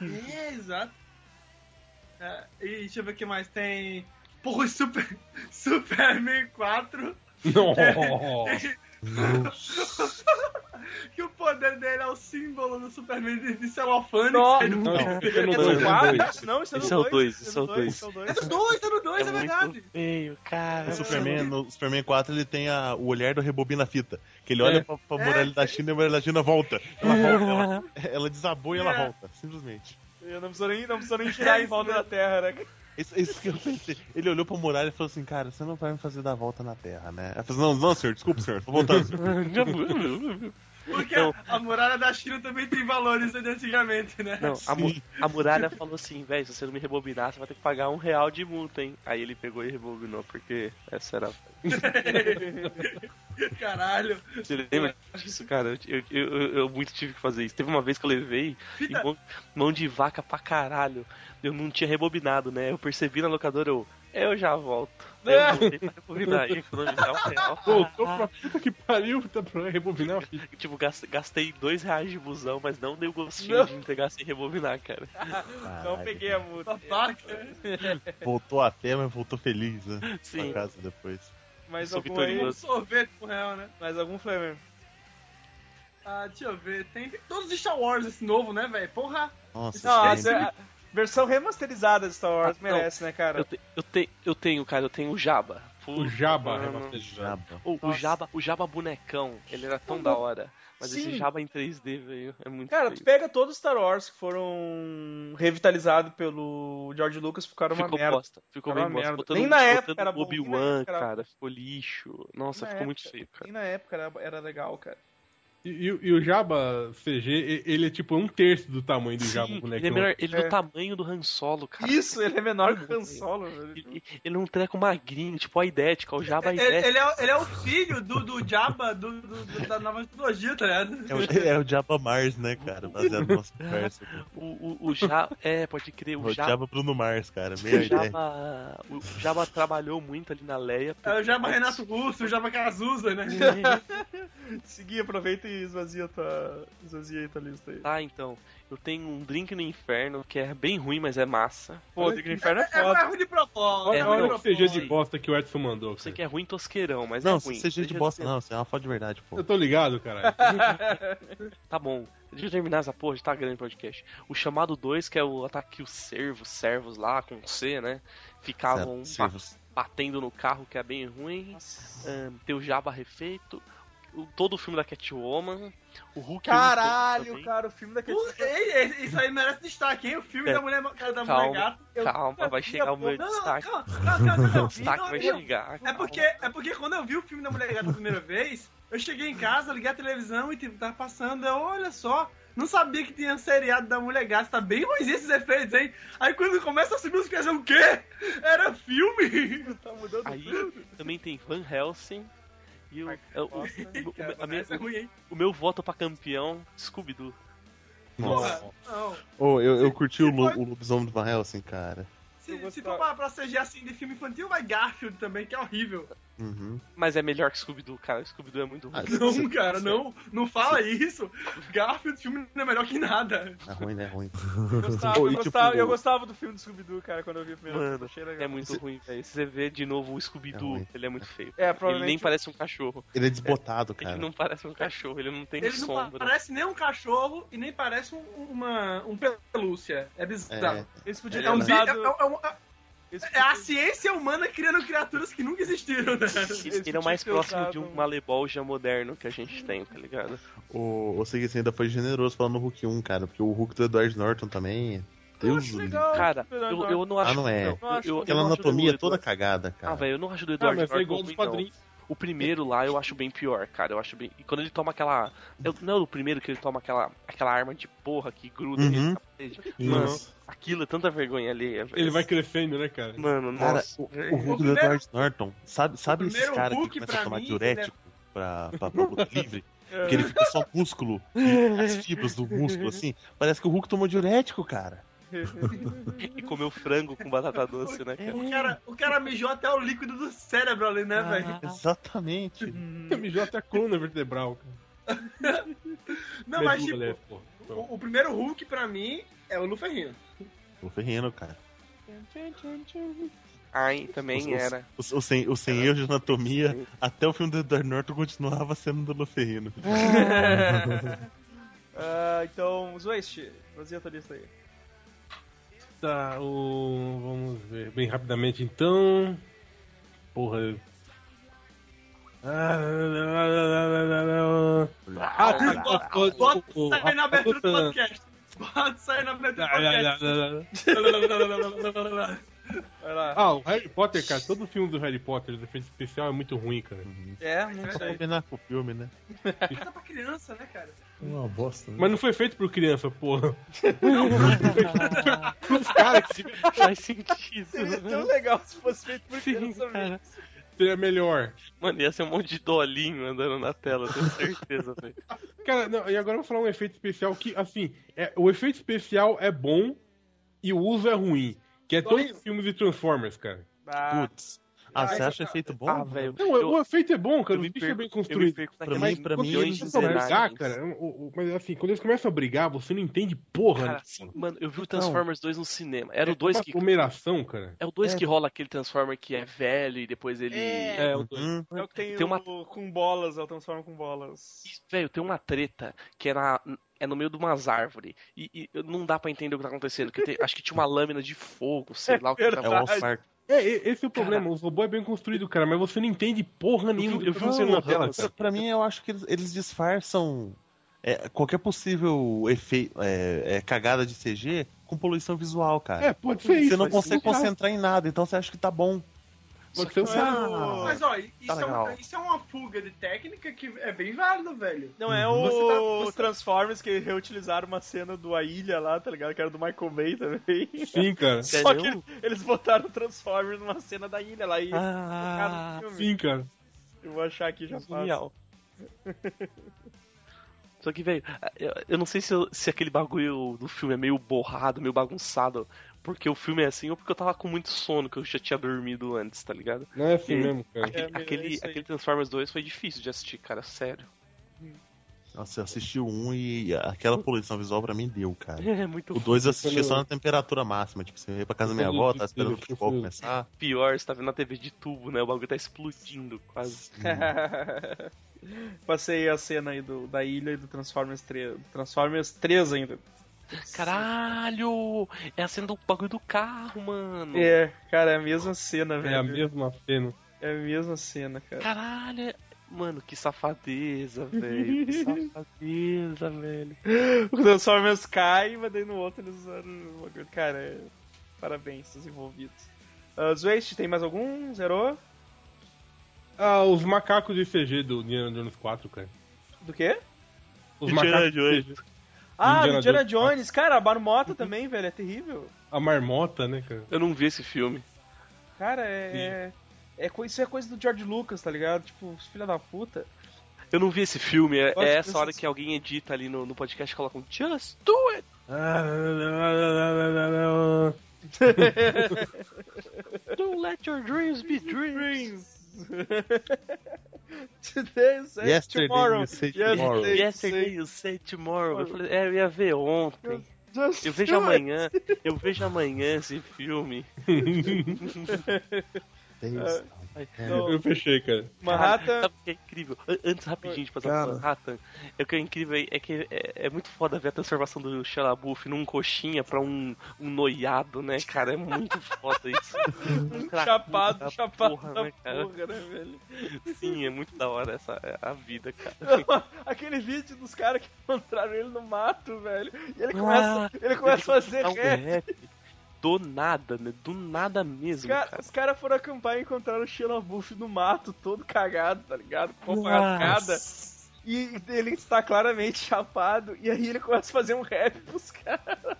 É, exato. É, e deixa eu ver o que mais tem. Porra, Super, [laughs] Superman 4.
Nossa! [laughs]
Que o poder dele é o símbolo do Superman é de, de celofane.
Nossa.
que
Não, fica
sai do-
no
É
dois,
no
é no
quatro?
dois.
Não, isso é no
Esse é o
dois,
dois, esse é o dois.
esse é o
É no 2, é no 2, é, verdade.
muito feio, cara.
O Superman, no Superman 4 ele tem a- o olhar do Rebobina Fita. Que ele olha pra, pra muralha da China e a muralha da China volta. Ela volta. Ela, ela desabou e ela
É.
volta, simplesmente.
Eu não precisou nem, não precisou nem tirar em volta da Terra, né?
Isso, isso que eu pensei. Ele olhou pra muralha e falou assim: Cara, você não vai me fazer dar a volta na Terra, né? Ela falou: Não, não, senhor, desculpa, senhor, tô voltando. senhor."
Porque a muralha da China também tem valores de antigamente, né?
Não, a, mu- a muralha falou assim, velho, se você não me rebobinar, você vai ter que pagar um real de multa, hein? Aí ele pegou e rebobinou, porque essa era.
Caralho.
Você lembra disso, cara? Eu, eu, eu- eu muito tive que fazer isso. Teve uma vez que eu levei em
Fita,
mão, mão de vaca pra caralho. Eu não tinha rebobinado, né? Eu percebi na locadora, eu. Eu já volto. Eu voltei pra rebobinar e economizar um real.
Voltou pra puta que pariu tá pra rebobinar a fita.
Tipo, gas- gastei dois reais de busão, mas não deu gostinho
Não.
de entregar sem rebobinar, cara.
Não
Caralho.
peguei a multa.
Tá babaca.
Voltou até, mas voltou feliz, né?
Sim.
Pra casa depois.
Mais
Sou
algum aí?
vitorioso.
Sorvete pro real, né?
Mais algum, Flamer?
Ah, deixa eu ver. Tem todos os Star Wars esse novo, né, velho? Porra.
Nossa,
Não,
sim.
essa é a versão remasterizada de Star Wars
Ah, não.
merece, né, cara?
Eu, te- eu, te- eu tenho, cara, eu tenho o Jaba.
O Jabba
Mano.
remasterizado.
Ou o Jaba, o Jaba bonecão, ele era tão da hora. Mas
Sim.
esse Jaba em 3D, velho, é muito
Cara, tu
feio.
pega todos os Star Wars que foram revitalizados pelo George Lucas, ficaram uma
Ficou
merda.
bosta, ficou
Era
bem
uma
bosta.
merda.
Botando,
Nem na
botando
época era bom, nem na
Obi-Wan,
época era bom.
cara, ficou lixo. Nossa,
Na
ficou muito
época.
feio, cara.
E na época era, era legal, cara.
E, e o- e o Jabba CG, e- ele é tipo um terço do tamanho do Jabba
Sim, ele é
bonecão.
melhor, ele é
É.
do tamanho do Han Solo, cara.
Isso, ele é menor que o Han
Ele-
Solo, velho.
Ele, ele é um treco magrinho, tipo a idética, o
[laughs]
Jabba é
Ele,
idética.
ele é, ele é o filho do, do Jabba do, do- do- da nova trilogia, tá ligado?
É o, é o Jabba Mars, né, cara? Baseado no
[laughs]
nosso universo.
O, o, o Ja- É, pode crer,
O
o Jabba.
Jabba Bruno Mars, cara. é.
O
Meia ideia.
Jabba,
é.
o Jabba trabalhou muito ali na Leia.
É o Jabba Renato Russo, o Jabba Cazuza, né?
Segui, aproveita e esvazia, tua, esvazia aí tua lista aí.
Tá, então. Eu tenho um Drink no Inferno, que é bem ruim, mas é massa.
Pô, o Digno Inferno é
É um
foda.
erro de propósito.
Olha,
É,
um
olha
erro
o
não,
de
CG
propósito.
de bosta que o Edson mandou,
Eu sei
cara.
que é ruim tosqueirão, mas
Não,
é ruim.
você seja de
Deixa eu
bosta,
ter-
não. Você é uma foto de verdade, pô.
Eu tô
[laughs]
ligado, caralho.
Tá bom. Deixa eu terminar essa porra, já tá grande o podcast. O chamado 2, que é o ataque os servos, servos lá com C, né? Ficavam
Certo,
ba-
servos.
batendo no carro, que é bem ruim. Ahn, tem o Jabba refeito. O, todo o filme da Catwoman. O Hulk.
Caralho,
também.
cara, o filme daquele.
Pô, ei, ei, Isso aí merece destaque, hein? O filme
É.
da mulher, cara, da
Calma.
mulher gata.
Eu
Calma,
nunca
vai
vi
chegar
a
o meu
Não, não,
destaque.
calma, calma, calma,
O
não.
[laughs] destaque Tá, vai
Não,
chegar.
É porque, é porque quando eu vi o filme da Mulher Gata a primeira vez, eu cheguei em casa, liguei a televisão e tipo, tava passando. Eu, olha só, não sabia que tinha seriado da Mulher Gata. Tá bem ruim esses efeitos, hein? Aí quando começa a subir os pés, eu, o quê? Era filme? [laughs]
Tá mudando
Aí
[laughs]
também tem Van Helsing. E o, é, o, o- o-
Cara,
a minha-
essa é ruim, hein?
o meu voto pra campeão, Scooby-Doo.
Nossa.
Porra, não.
Ô, eu, eu curti o, lo- o lobisomem do Van Helsing, cara.
Eu
Se,
gostava.
se for pra, pra CG assim de filme infantil, vai Garfield também, que é horrível.
Uhum.
Mas é melhor que Scooby-Doo, cara. Scooby-Doo é muito ruim.
Ah,
Não, cara,
é-
não, não fala isso. Garfield, filme não é melhor
[laughs]
que nada.
É ruim, né? É ruim.
Eu gostava,
Pô,
eu,
e tipo-
gostava, eu gostava do filme do Scooby-Doo, cara, quando eu vi a primeira
Mano,
vez. Achei legal.
É muito ruim, velho. Se você vê de novo o
É
Scooby-Doo,
ruim.
ele é muito feio.
É,
Ele nem
provavelmente.
parece um cachorro.
Ele é desbotado,
Ele
cara.
não parece um cachorro, ele não tem
Ele não
sombra.
parece nem um cachorro e nem parece um, uma, um pelúcia. É bizarro.
É.
Eles podiam
Ele
É
ter
um bi-
usado.
é- é- é um-
eles
é a ciência humana criando criaturas que nunca existiram, né?
Ele, ele é o mais próximo de um Malebol já moderno que a gente tem, tá ligado?
um, O, o Seguice ainda foi generoso falando no Hulk 1, cara. Porque o Hulk do Edward Norton também Deus
acho
do
legal.
Cara,
Não,
eu, eu não acho.
Ah, não é.
eu-
Não acho
eu- eu
Aquela
não acho
anatomia
do
toda
Eduardo-
cagada, cara.
Ah, velho, eu não acho do
Ah,
Eduardo
mas é
Norton
igual dos
ruim, não.
quadrinhos.
O primeiro lá eu acho bem pior, cara. Eu acho bem. E quando ele toma aquela. eu- não é o primeiro que ele toma aquela, aquela arma de porra que gruda ele
Uhum.
na parede. Mano, aquilo é tanta vergonha ali.
Ele vai crescendo, né, cara?
Mano,
Cara,
nossa.
O Hulk do
primeiro-
Edward Norton, sabe, sabe
o
esses
primeiro
caras que
Hulk,
começam
pra
a tomar
mim, é
diurético pra, pra, pra luta
[laughs]
livre? Porque ele fica só músculo, e as fibras do músculo, assim. Parece que o Hulk tomou diurético, cara.
E comeu frango com batata doce, né, cara?
O cara, o cara mijou até o líquido do cérebro ali,
Ah,
né,
é.
velho?
Exatamente.
Uhum.
Hum.
[laughs] Mijou até a coluna vertebral. cara.
Não,
Medula
mas tipo,
leve, pô. Então,
o, o primeiro Hulk pra mim é o Luferrino.
O Ferrino, cara.
Ai, também
Os- os-
era.
O, o sem, o
É.
sem erro de anatomia, até o filme do Edward Norton continuava sendo do Luferrino.
É
Ah, então, Zwest, fazia a tua lista aí.
Tá, o... Vamos ver bem rapidamente, então. Porra. eu- Ah, ah, tá. O-
Bota
o- o-
isso aí na
a-
abertura do
a-
podcast. Bota isso aí na abertura do podcast.
Ah,
Vai lá.
o Harry Potter, cara, todo filme do Harry Potter, do efeito especial, é muito ruim, cara.
É, não
Pra
sei.
combinar com o filme, né?
Tá pra criança, né, cara?
Uma bosta. né?
Mas não foi feito por criança, porra.
Faz sentido.
Seria é tão
né?
legal se fosse feito por
Sim,
criança mesmo.
cara.
Seria é melhor.
Mano, ia ser um monte de dolinho andando na tela, tenho certeza, velho.
Cara, não, e agora eu vou falar um efeito especial que, assim, é- o efeito especial é bom e o uso é ruim. Que é todos os filmes de Transformers, cara.
Ah,
Putz. Ah, você acha efeito bom?
Ah, velho.
Não,
eu-
o efeito é bom, cara.
eu
O
me
bicho é bem
perco- eu me
construído.
perco
Pra
naqueles
mim- pra mim,
Quando
milhões
eles
milhões de
de
começam a
cenários.
brigar, cara, o- o- mas assim, quando eles começam a brigar, você não entende porra.
Cara,
né?
sim, mano, eu vi o Transformers 2 no cinema. Era o 2
É, uma
que.
aglomeração, cara.
É o 2
É.
que rola aquele Transformer que é velho e depois ele.
É.
É, o dois.
Hum,
é o que tem,
Tem uma-
o com bolas, ela transforma com bolas.
Isso, Velho, tem uma treta que é, na- é no meio de umas árvores. E, e eu- não dá pra entender o que tá acontecendo. que tem- acho que tinha uma lâmina de fogo, sei lá o que tá
é
Tá,
tava.
o All-Star.
É, e- esse é o problema. O robô é bem construído, cara, mas você não entende porra nenhuma. do
Eu
que
vi
tá acontecendo
um
na tela,
pra,
cara.
pra mim, eu acho que eles, eles disfarçam é, qualquer possível efeito, é, é, cagada de CG com poluição visual, cara.
É, pode ser isso.
você não
pode ser
consegue
um caso,
concentrar em nada, então você acha que tá bom.
Pode ser um caso.
Mas, ó, isso, é uma,
legal.
isso é uma fuga de técnica que é bem válido, velho.
Não é
Você tá-
o
você-
Transformers que reutilizaram uma cena do A Ilha lá, tá ligado? Que era do Michael Bay também. [laughs]
Sim, cara.
Só
É
que
um-
eles botaram o Transformers numa cena da ilha lá e
Ah,
no filme.
Sim, cara.
Eu vou achar aqui já fácil.
genial. Só que, velho, eu, eu não sei se, eu- se aquele bagulho do filme é meio borrado, meio bagunçado, porque o filme é assim, ou porque eu tava com muito sono, que eu já tinha dormido antes, tá ligado?
Não é assim mesmo, cara.
Aquele,
mas é
aquele,
isso aí.
aquele Transformers 2 foi difícil de assistir, cara, sério.
Nossa, eu assisti o um e aquela poluição visual pra mim deu, cara.
É muito
O dois eu assisti só na temperatura máxima, tipo, você ia pra casa da minha avó, tá esperando o futebol começar.
pior, você tá vendo na TV de tubo, né? O bagulho tá explodindo quase.
[laughs] Passei a cena aí do, da ilha e do Transformers 3. do Transformers 3 ainda.
Caralho! É a cena do bagulho do carro, mano.
É, cara, é a mesma cena, velho.
É a mesma cena.
É a mesma cena, cara.
Caralho! é- Mano, que safadeza,
Uhum.
velho. Que safadeza, velho.
O Transformers cai, mas daí no outro eles usaram o bagulho. Cara, é... parabéns, os envolvidos. Uh, Zwaste, tem mais algum? Zerou?
Ah, os macacos de CG do Indiana Jones 4, cara.
Do quê?
Os
Indiana
macacos de
Jones.
CG.
Ah,
Indiana
do Indiana
Jones.
Jones. Cara, a marmota também, velho, é terrível.
A marmota, né, cara?
Eu não vi esse filme.
Cara, é. é co- isso é coisa do George Lucas, tá ligado? Tipo, filha da
[laughs]
puta.
Eu não vi esse filme. É,
Nossa,
é
que
essa hora
sensação.
que alguém edita ali no, no podcast e coloca um Just do it! Don't let your dreams be dreams!
Today is
Yesterday
tomorrow.
you said
Yesterday
tomorrow.
you
Yesterday
said-
you say tomorrow. Eu falei, é, eu ia ver ontem.
Just
Eu vejo
[laughs] do it.
amanhã. Eu vejo amanhã esse filme.
Deus.
Não,
Eu fechei, cara.
Manhattan.
Sabe o que é incrível? An- Antes, rapidinho de passar
Cara.
pro Manhattan, é o que é incrível aí é que é, é muito foda ver a transformação do Xalabuff num coxinha pra um, um noiado, né, cara? É muito [laughs] foda isso. Um cracudo da
Chapado, chapado
porra,
da
né, cara?
porra, né, velho?
Sim, é muito da hora essa é, a vida, cara.
[laughs] Aquele vídeo dos caras que encontraram ele no mato, velho. E ele começa,
Ah,
ele começa a fazer
Dá um
rap.
rap Do nada, né? Do nada mesmo,
Cara,
cara.
os caras foram acampar e encontraram o Xelabuff no mato, todo cagado, tá ligado? Com roupa
Nossa.
rasgada. E ele está claramente chapado. E aí ele começa a fazer um rap pros caras.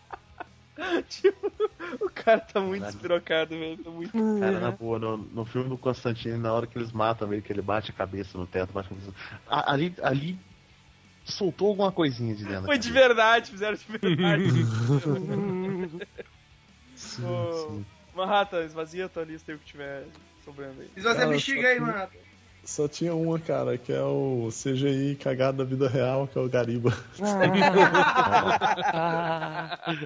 [laughs] tipo, o cara tá muito
Caralho.
despirocado, velho. Tá muito...
Cara, na boa, no, no filme do Constantine, na hora que eles matam ele, que ele bate a cabeça no teto, bate a cabeça. A- Ali, ali soltou alguma coisinha de dentro.
Foi de
cara.
verdade, fizeram de
[laughs]
verdade.
Sim,
Ô,
sim.
Manhattan, esvazia a tua lista aí o que tiver sobrando aí.
Diz você
Cara,
bexiga
só
aí,
que-
mano.
um-
Só tinha uma, cara, que é o CGI cagado da vida real, que é o Gariba.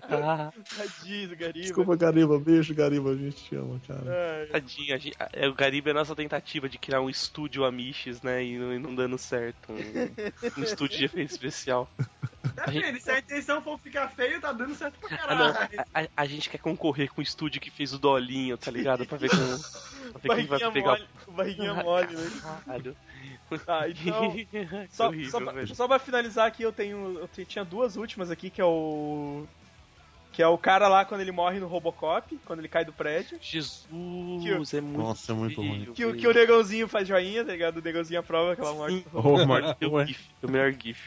Tadinho do Gariba.
Desculpa, Gariba. Beijo, Gariba. A gente te ama, cara.
Ai,
Tadinho, a gente- a- o Gariba é a nossa tentativa de criar um estúdio Amish, né? E não, e não dando certo. Um, um estúdio de efeito especial.
Depende, Tá se a intenção for ficar feio, tá dando certo pra
Ah, não.
caralho.
A, a- a gente quer concorrer com o estúdio que fez o Dolinho, tá ligado? Pra ver quem, pra ver quem vai
barriguinha
pegar
mole, barriguinha mole, né?
[laughs] caralho.
Ah,
Tá, então.
[laughs] Que
Só,
horrível,
só, pra,
velho.
só pra finalizar aqui, eu tenho. Eu te- tinha duas últimas aqui, que é o. Que é o cara lá quando ele morre no Robocop, quando ele cai do prédio.
Jesus, é muito
Nossa, é muito ruim.
feio,
Que, o-
velho.
que o negãozinho faz joinha, tá ligado? O negãozinho aprova aquela morte.
Oh,
O gif, o melhor gif.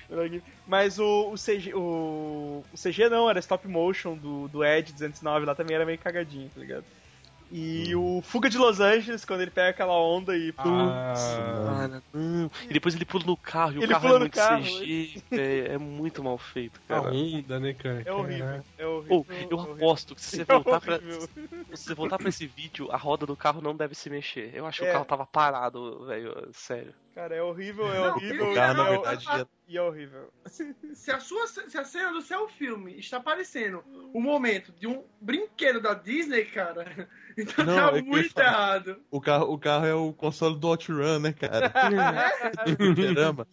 Mas o, o CG. O, o CG não, era stop motion do, do Ed 209 lá também era meio cagadinho, tá ligado? E o Fuga de Los Angeles, quando ele pega aquela onda e.
Hum. Ah,
Cara, não. E depois ele pula no carro e o
Uhum. Ele
carro
pula
é
no
muito
carro.
CG. É, é muito mal feito,
a
cara.
onda, né, cara?
É horrível,
Caraca.
é horrível.
Ou, eu
horrível.
aposto que se você
É
voltar pra,
horrível.
se você voltar pra esse vídeo, a roda do carro não deve se mexer. Eu acho que
É.
o carro tava parado, velho. Sério.
Cara, é horrível, é
Não,
horrível.
o
O
e
cara,
é
na
hor-
verdade, ia-
E é horrível.
Se a, sua, se a cena do seu filme está aparecendo o momento de um brinquedo da Disney, cara, [laughs] então
Não, eu
tá
queria
muito
falar.
errado.
o, carro, o carro é o console do Outrun, né, [laughs] cara? Caramba.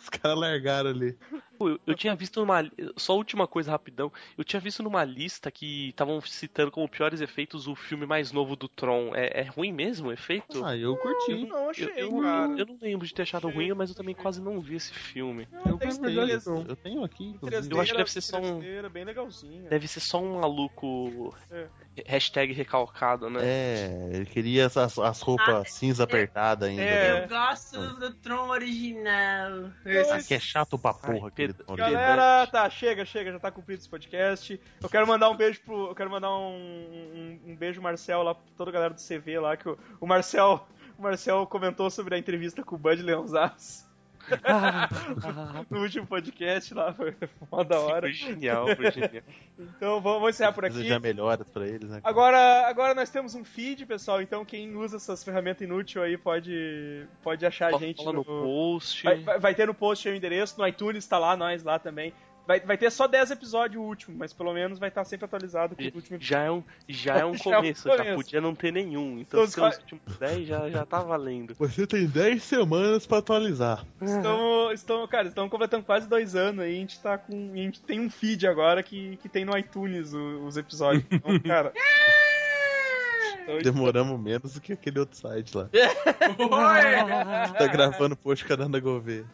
Os caras largaram ali.
Pô, Eu, eu tinha visto numa. Só última coisa rapidão. Eu tinha visto numa lista que estavam citando como piores efeitos o filme mais novo do Tron. É, é ruim mesmo o efeito?
Ah, eu
Eu
curti.
não
eu,
achei,
eu-
cara.
eu não lembro de ter achado ruim, mas eu também quase não vi esse filme.
Não,
Eu
tem
gostei.
beleza.
Eu tenho aqui. inclusive.
Eu acho que deve ser só um-
Interesseira, bem legalzinho.
Deve ser só um maluco
É.
hashtag recalcado, né?
É, ele queria essas, as roupas cinza apertadas ainda.
Ah, É.
né?
gosto do Tron [laughs] original.
Ah, que é chato pra porra,
Ai,
aquele
Pedro.
Tony.
Galera, tá, chega, chega, já tá cumprido esse podcast. Eu quero mandar um beijo pro. Eu quero mandar um, um, um beijo, Marcel, lá pra toda a galera do CV lá, que o, o Marcel. O Marcel comentou sobre a entrevista com o Bud Leonzas
Ah.
[laughs] no último podcast lá, foi mó da hora.
Foi genial, foi genial.
Então vamos, vamos encerrar por aqui.
Desejar melhoras pra eles, né? cara?
Agora, agora nós temos um feed, pessoal, então quem usa essas ferramentas inúteis aí pode, pode achar a
Fala
gente
no post.
Vai, vai- vai ter no post aí o endereço, no iTunes tá lá, nós lá também. Vai, vai ter só 10 episódios o último, mas pelo menos vai estar sempre atualizado com o último
Já é um, já é um
Já é um
começo, já
começo.
podia não ter nenhum. Então,
Então,
se tem os
escolhe-
últimos 10 já, já tá valendo.
Você tem 10 semanas pra atualizar.
Estamos, estamos, cara, estamos completando quase dois anos aí, a gente tá com. A gente tem um feed agora que, que tem no iTunes o- os episódios.
[laughs]
Então, cara. então,
Demoramos menos do que aquele outro site lá.
É.
[laughs] Tá gravando post com a Nanda Gouveia.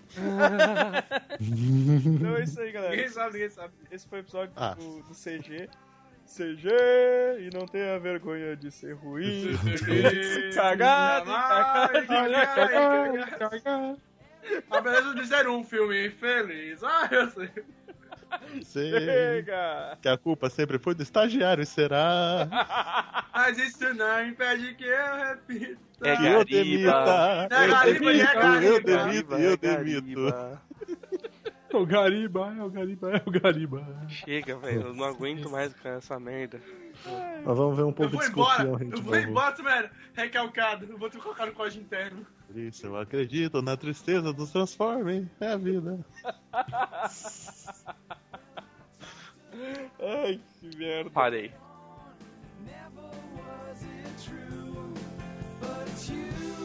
então é isso aí, galera.
Ninguém sabe, ninguém sabe.
Esse foi o episódio
Ah.
do, do CG. CG e não tenha vergonha de ser ruim.
[laughs]
Cagado,
Jamais,
cagado.
jamais, jamais. A beleza de ser um filme infeliz. Ah, eu sei.
Sei
Chega!
que a culpa sempre foi do estagiário, e será?
Mas isso não impede que eu repita.
É,
Que eu
Gariba.
demita!
É Gariba, é
Eu
Gariba.
demito, eu demito, eu demito.
É o Gariba, é o Gariba, é o Gariba.
Chega, velho. Eu não aguento mais com essa merda.
Mas vamos ver um
Eu
pouco
vou
de
embora,
escorpião aí
eu
de
vou
novo.
embora, mano. Recalcado, eu vou te colocar no código interno.
Por isso, eu acredito na tristeza dos Transformers. É a vida.
Ai, que merda.
Parei.
Never was it true. it's you.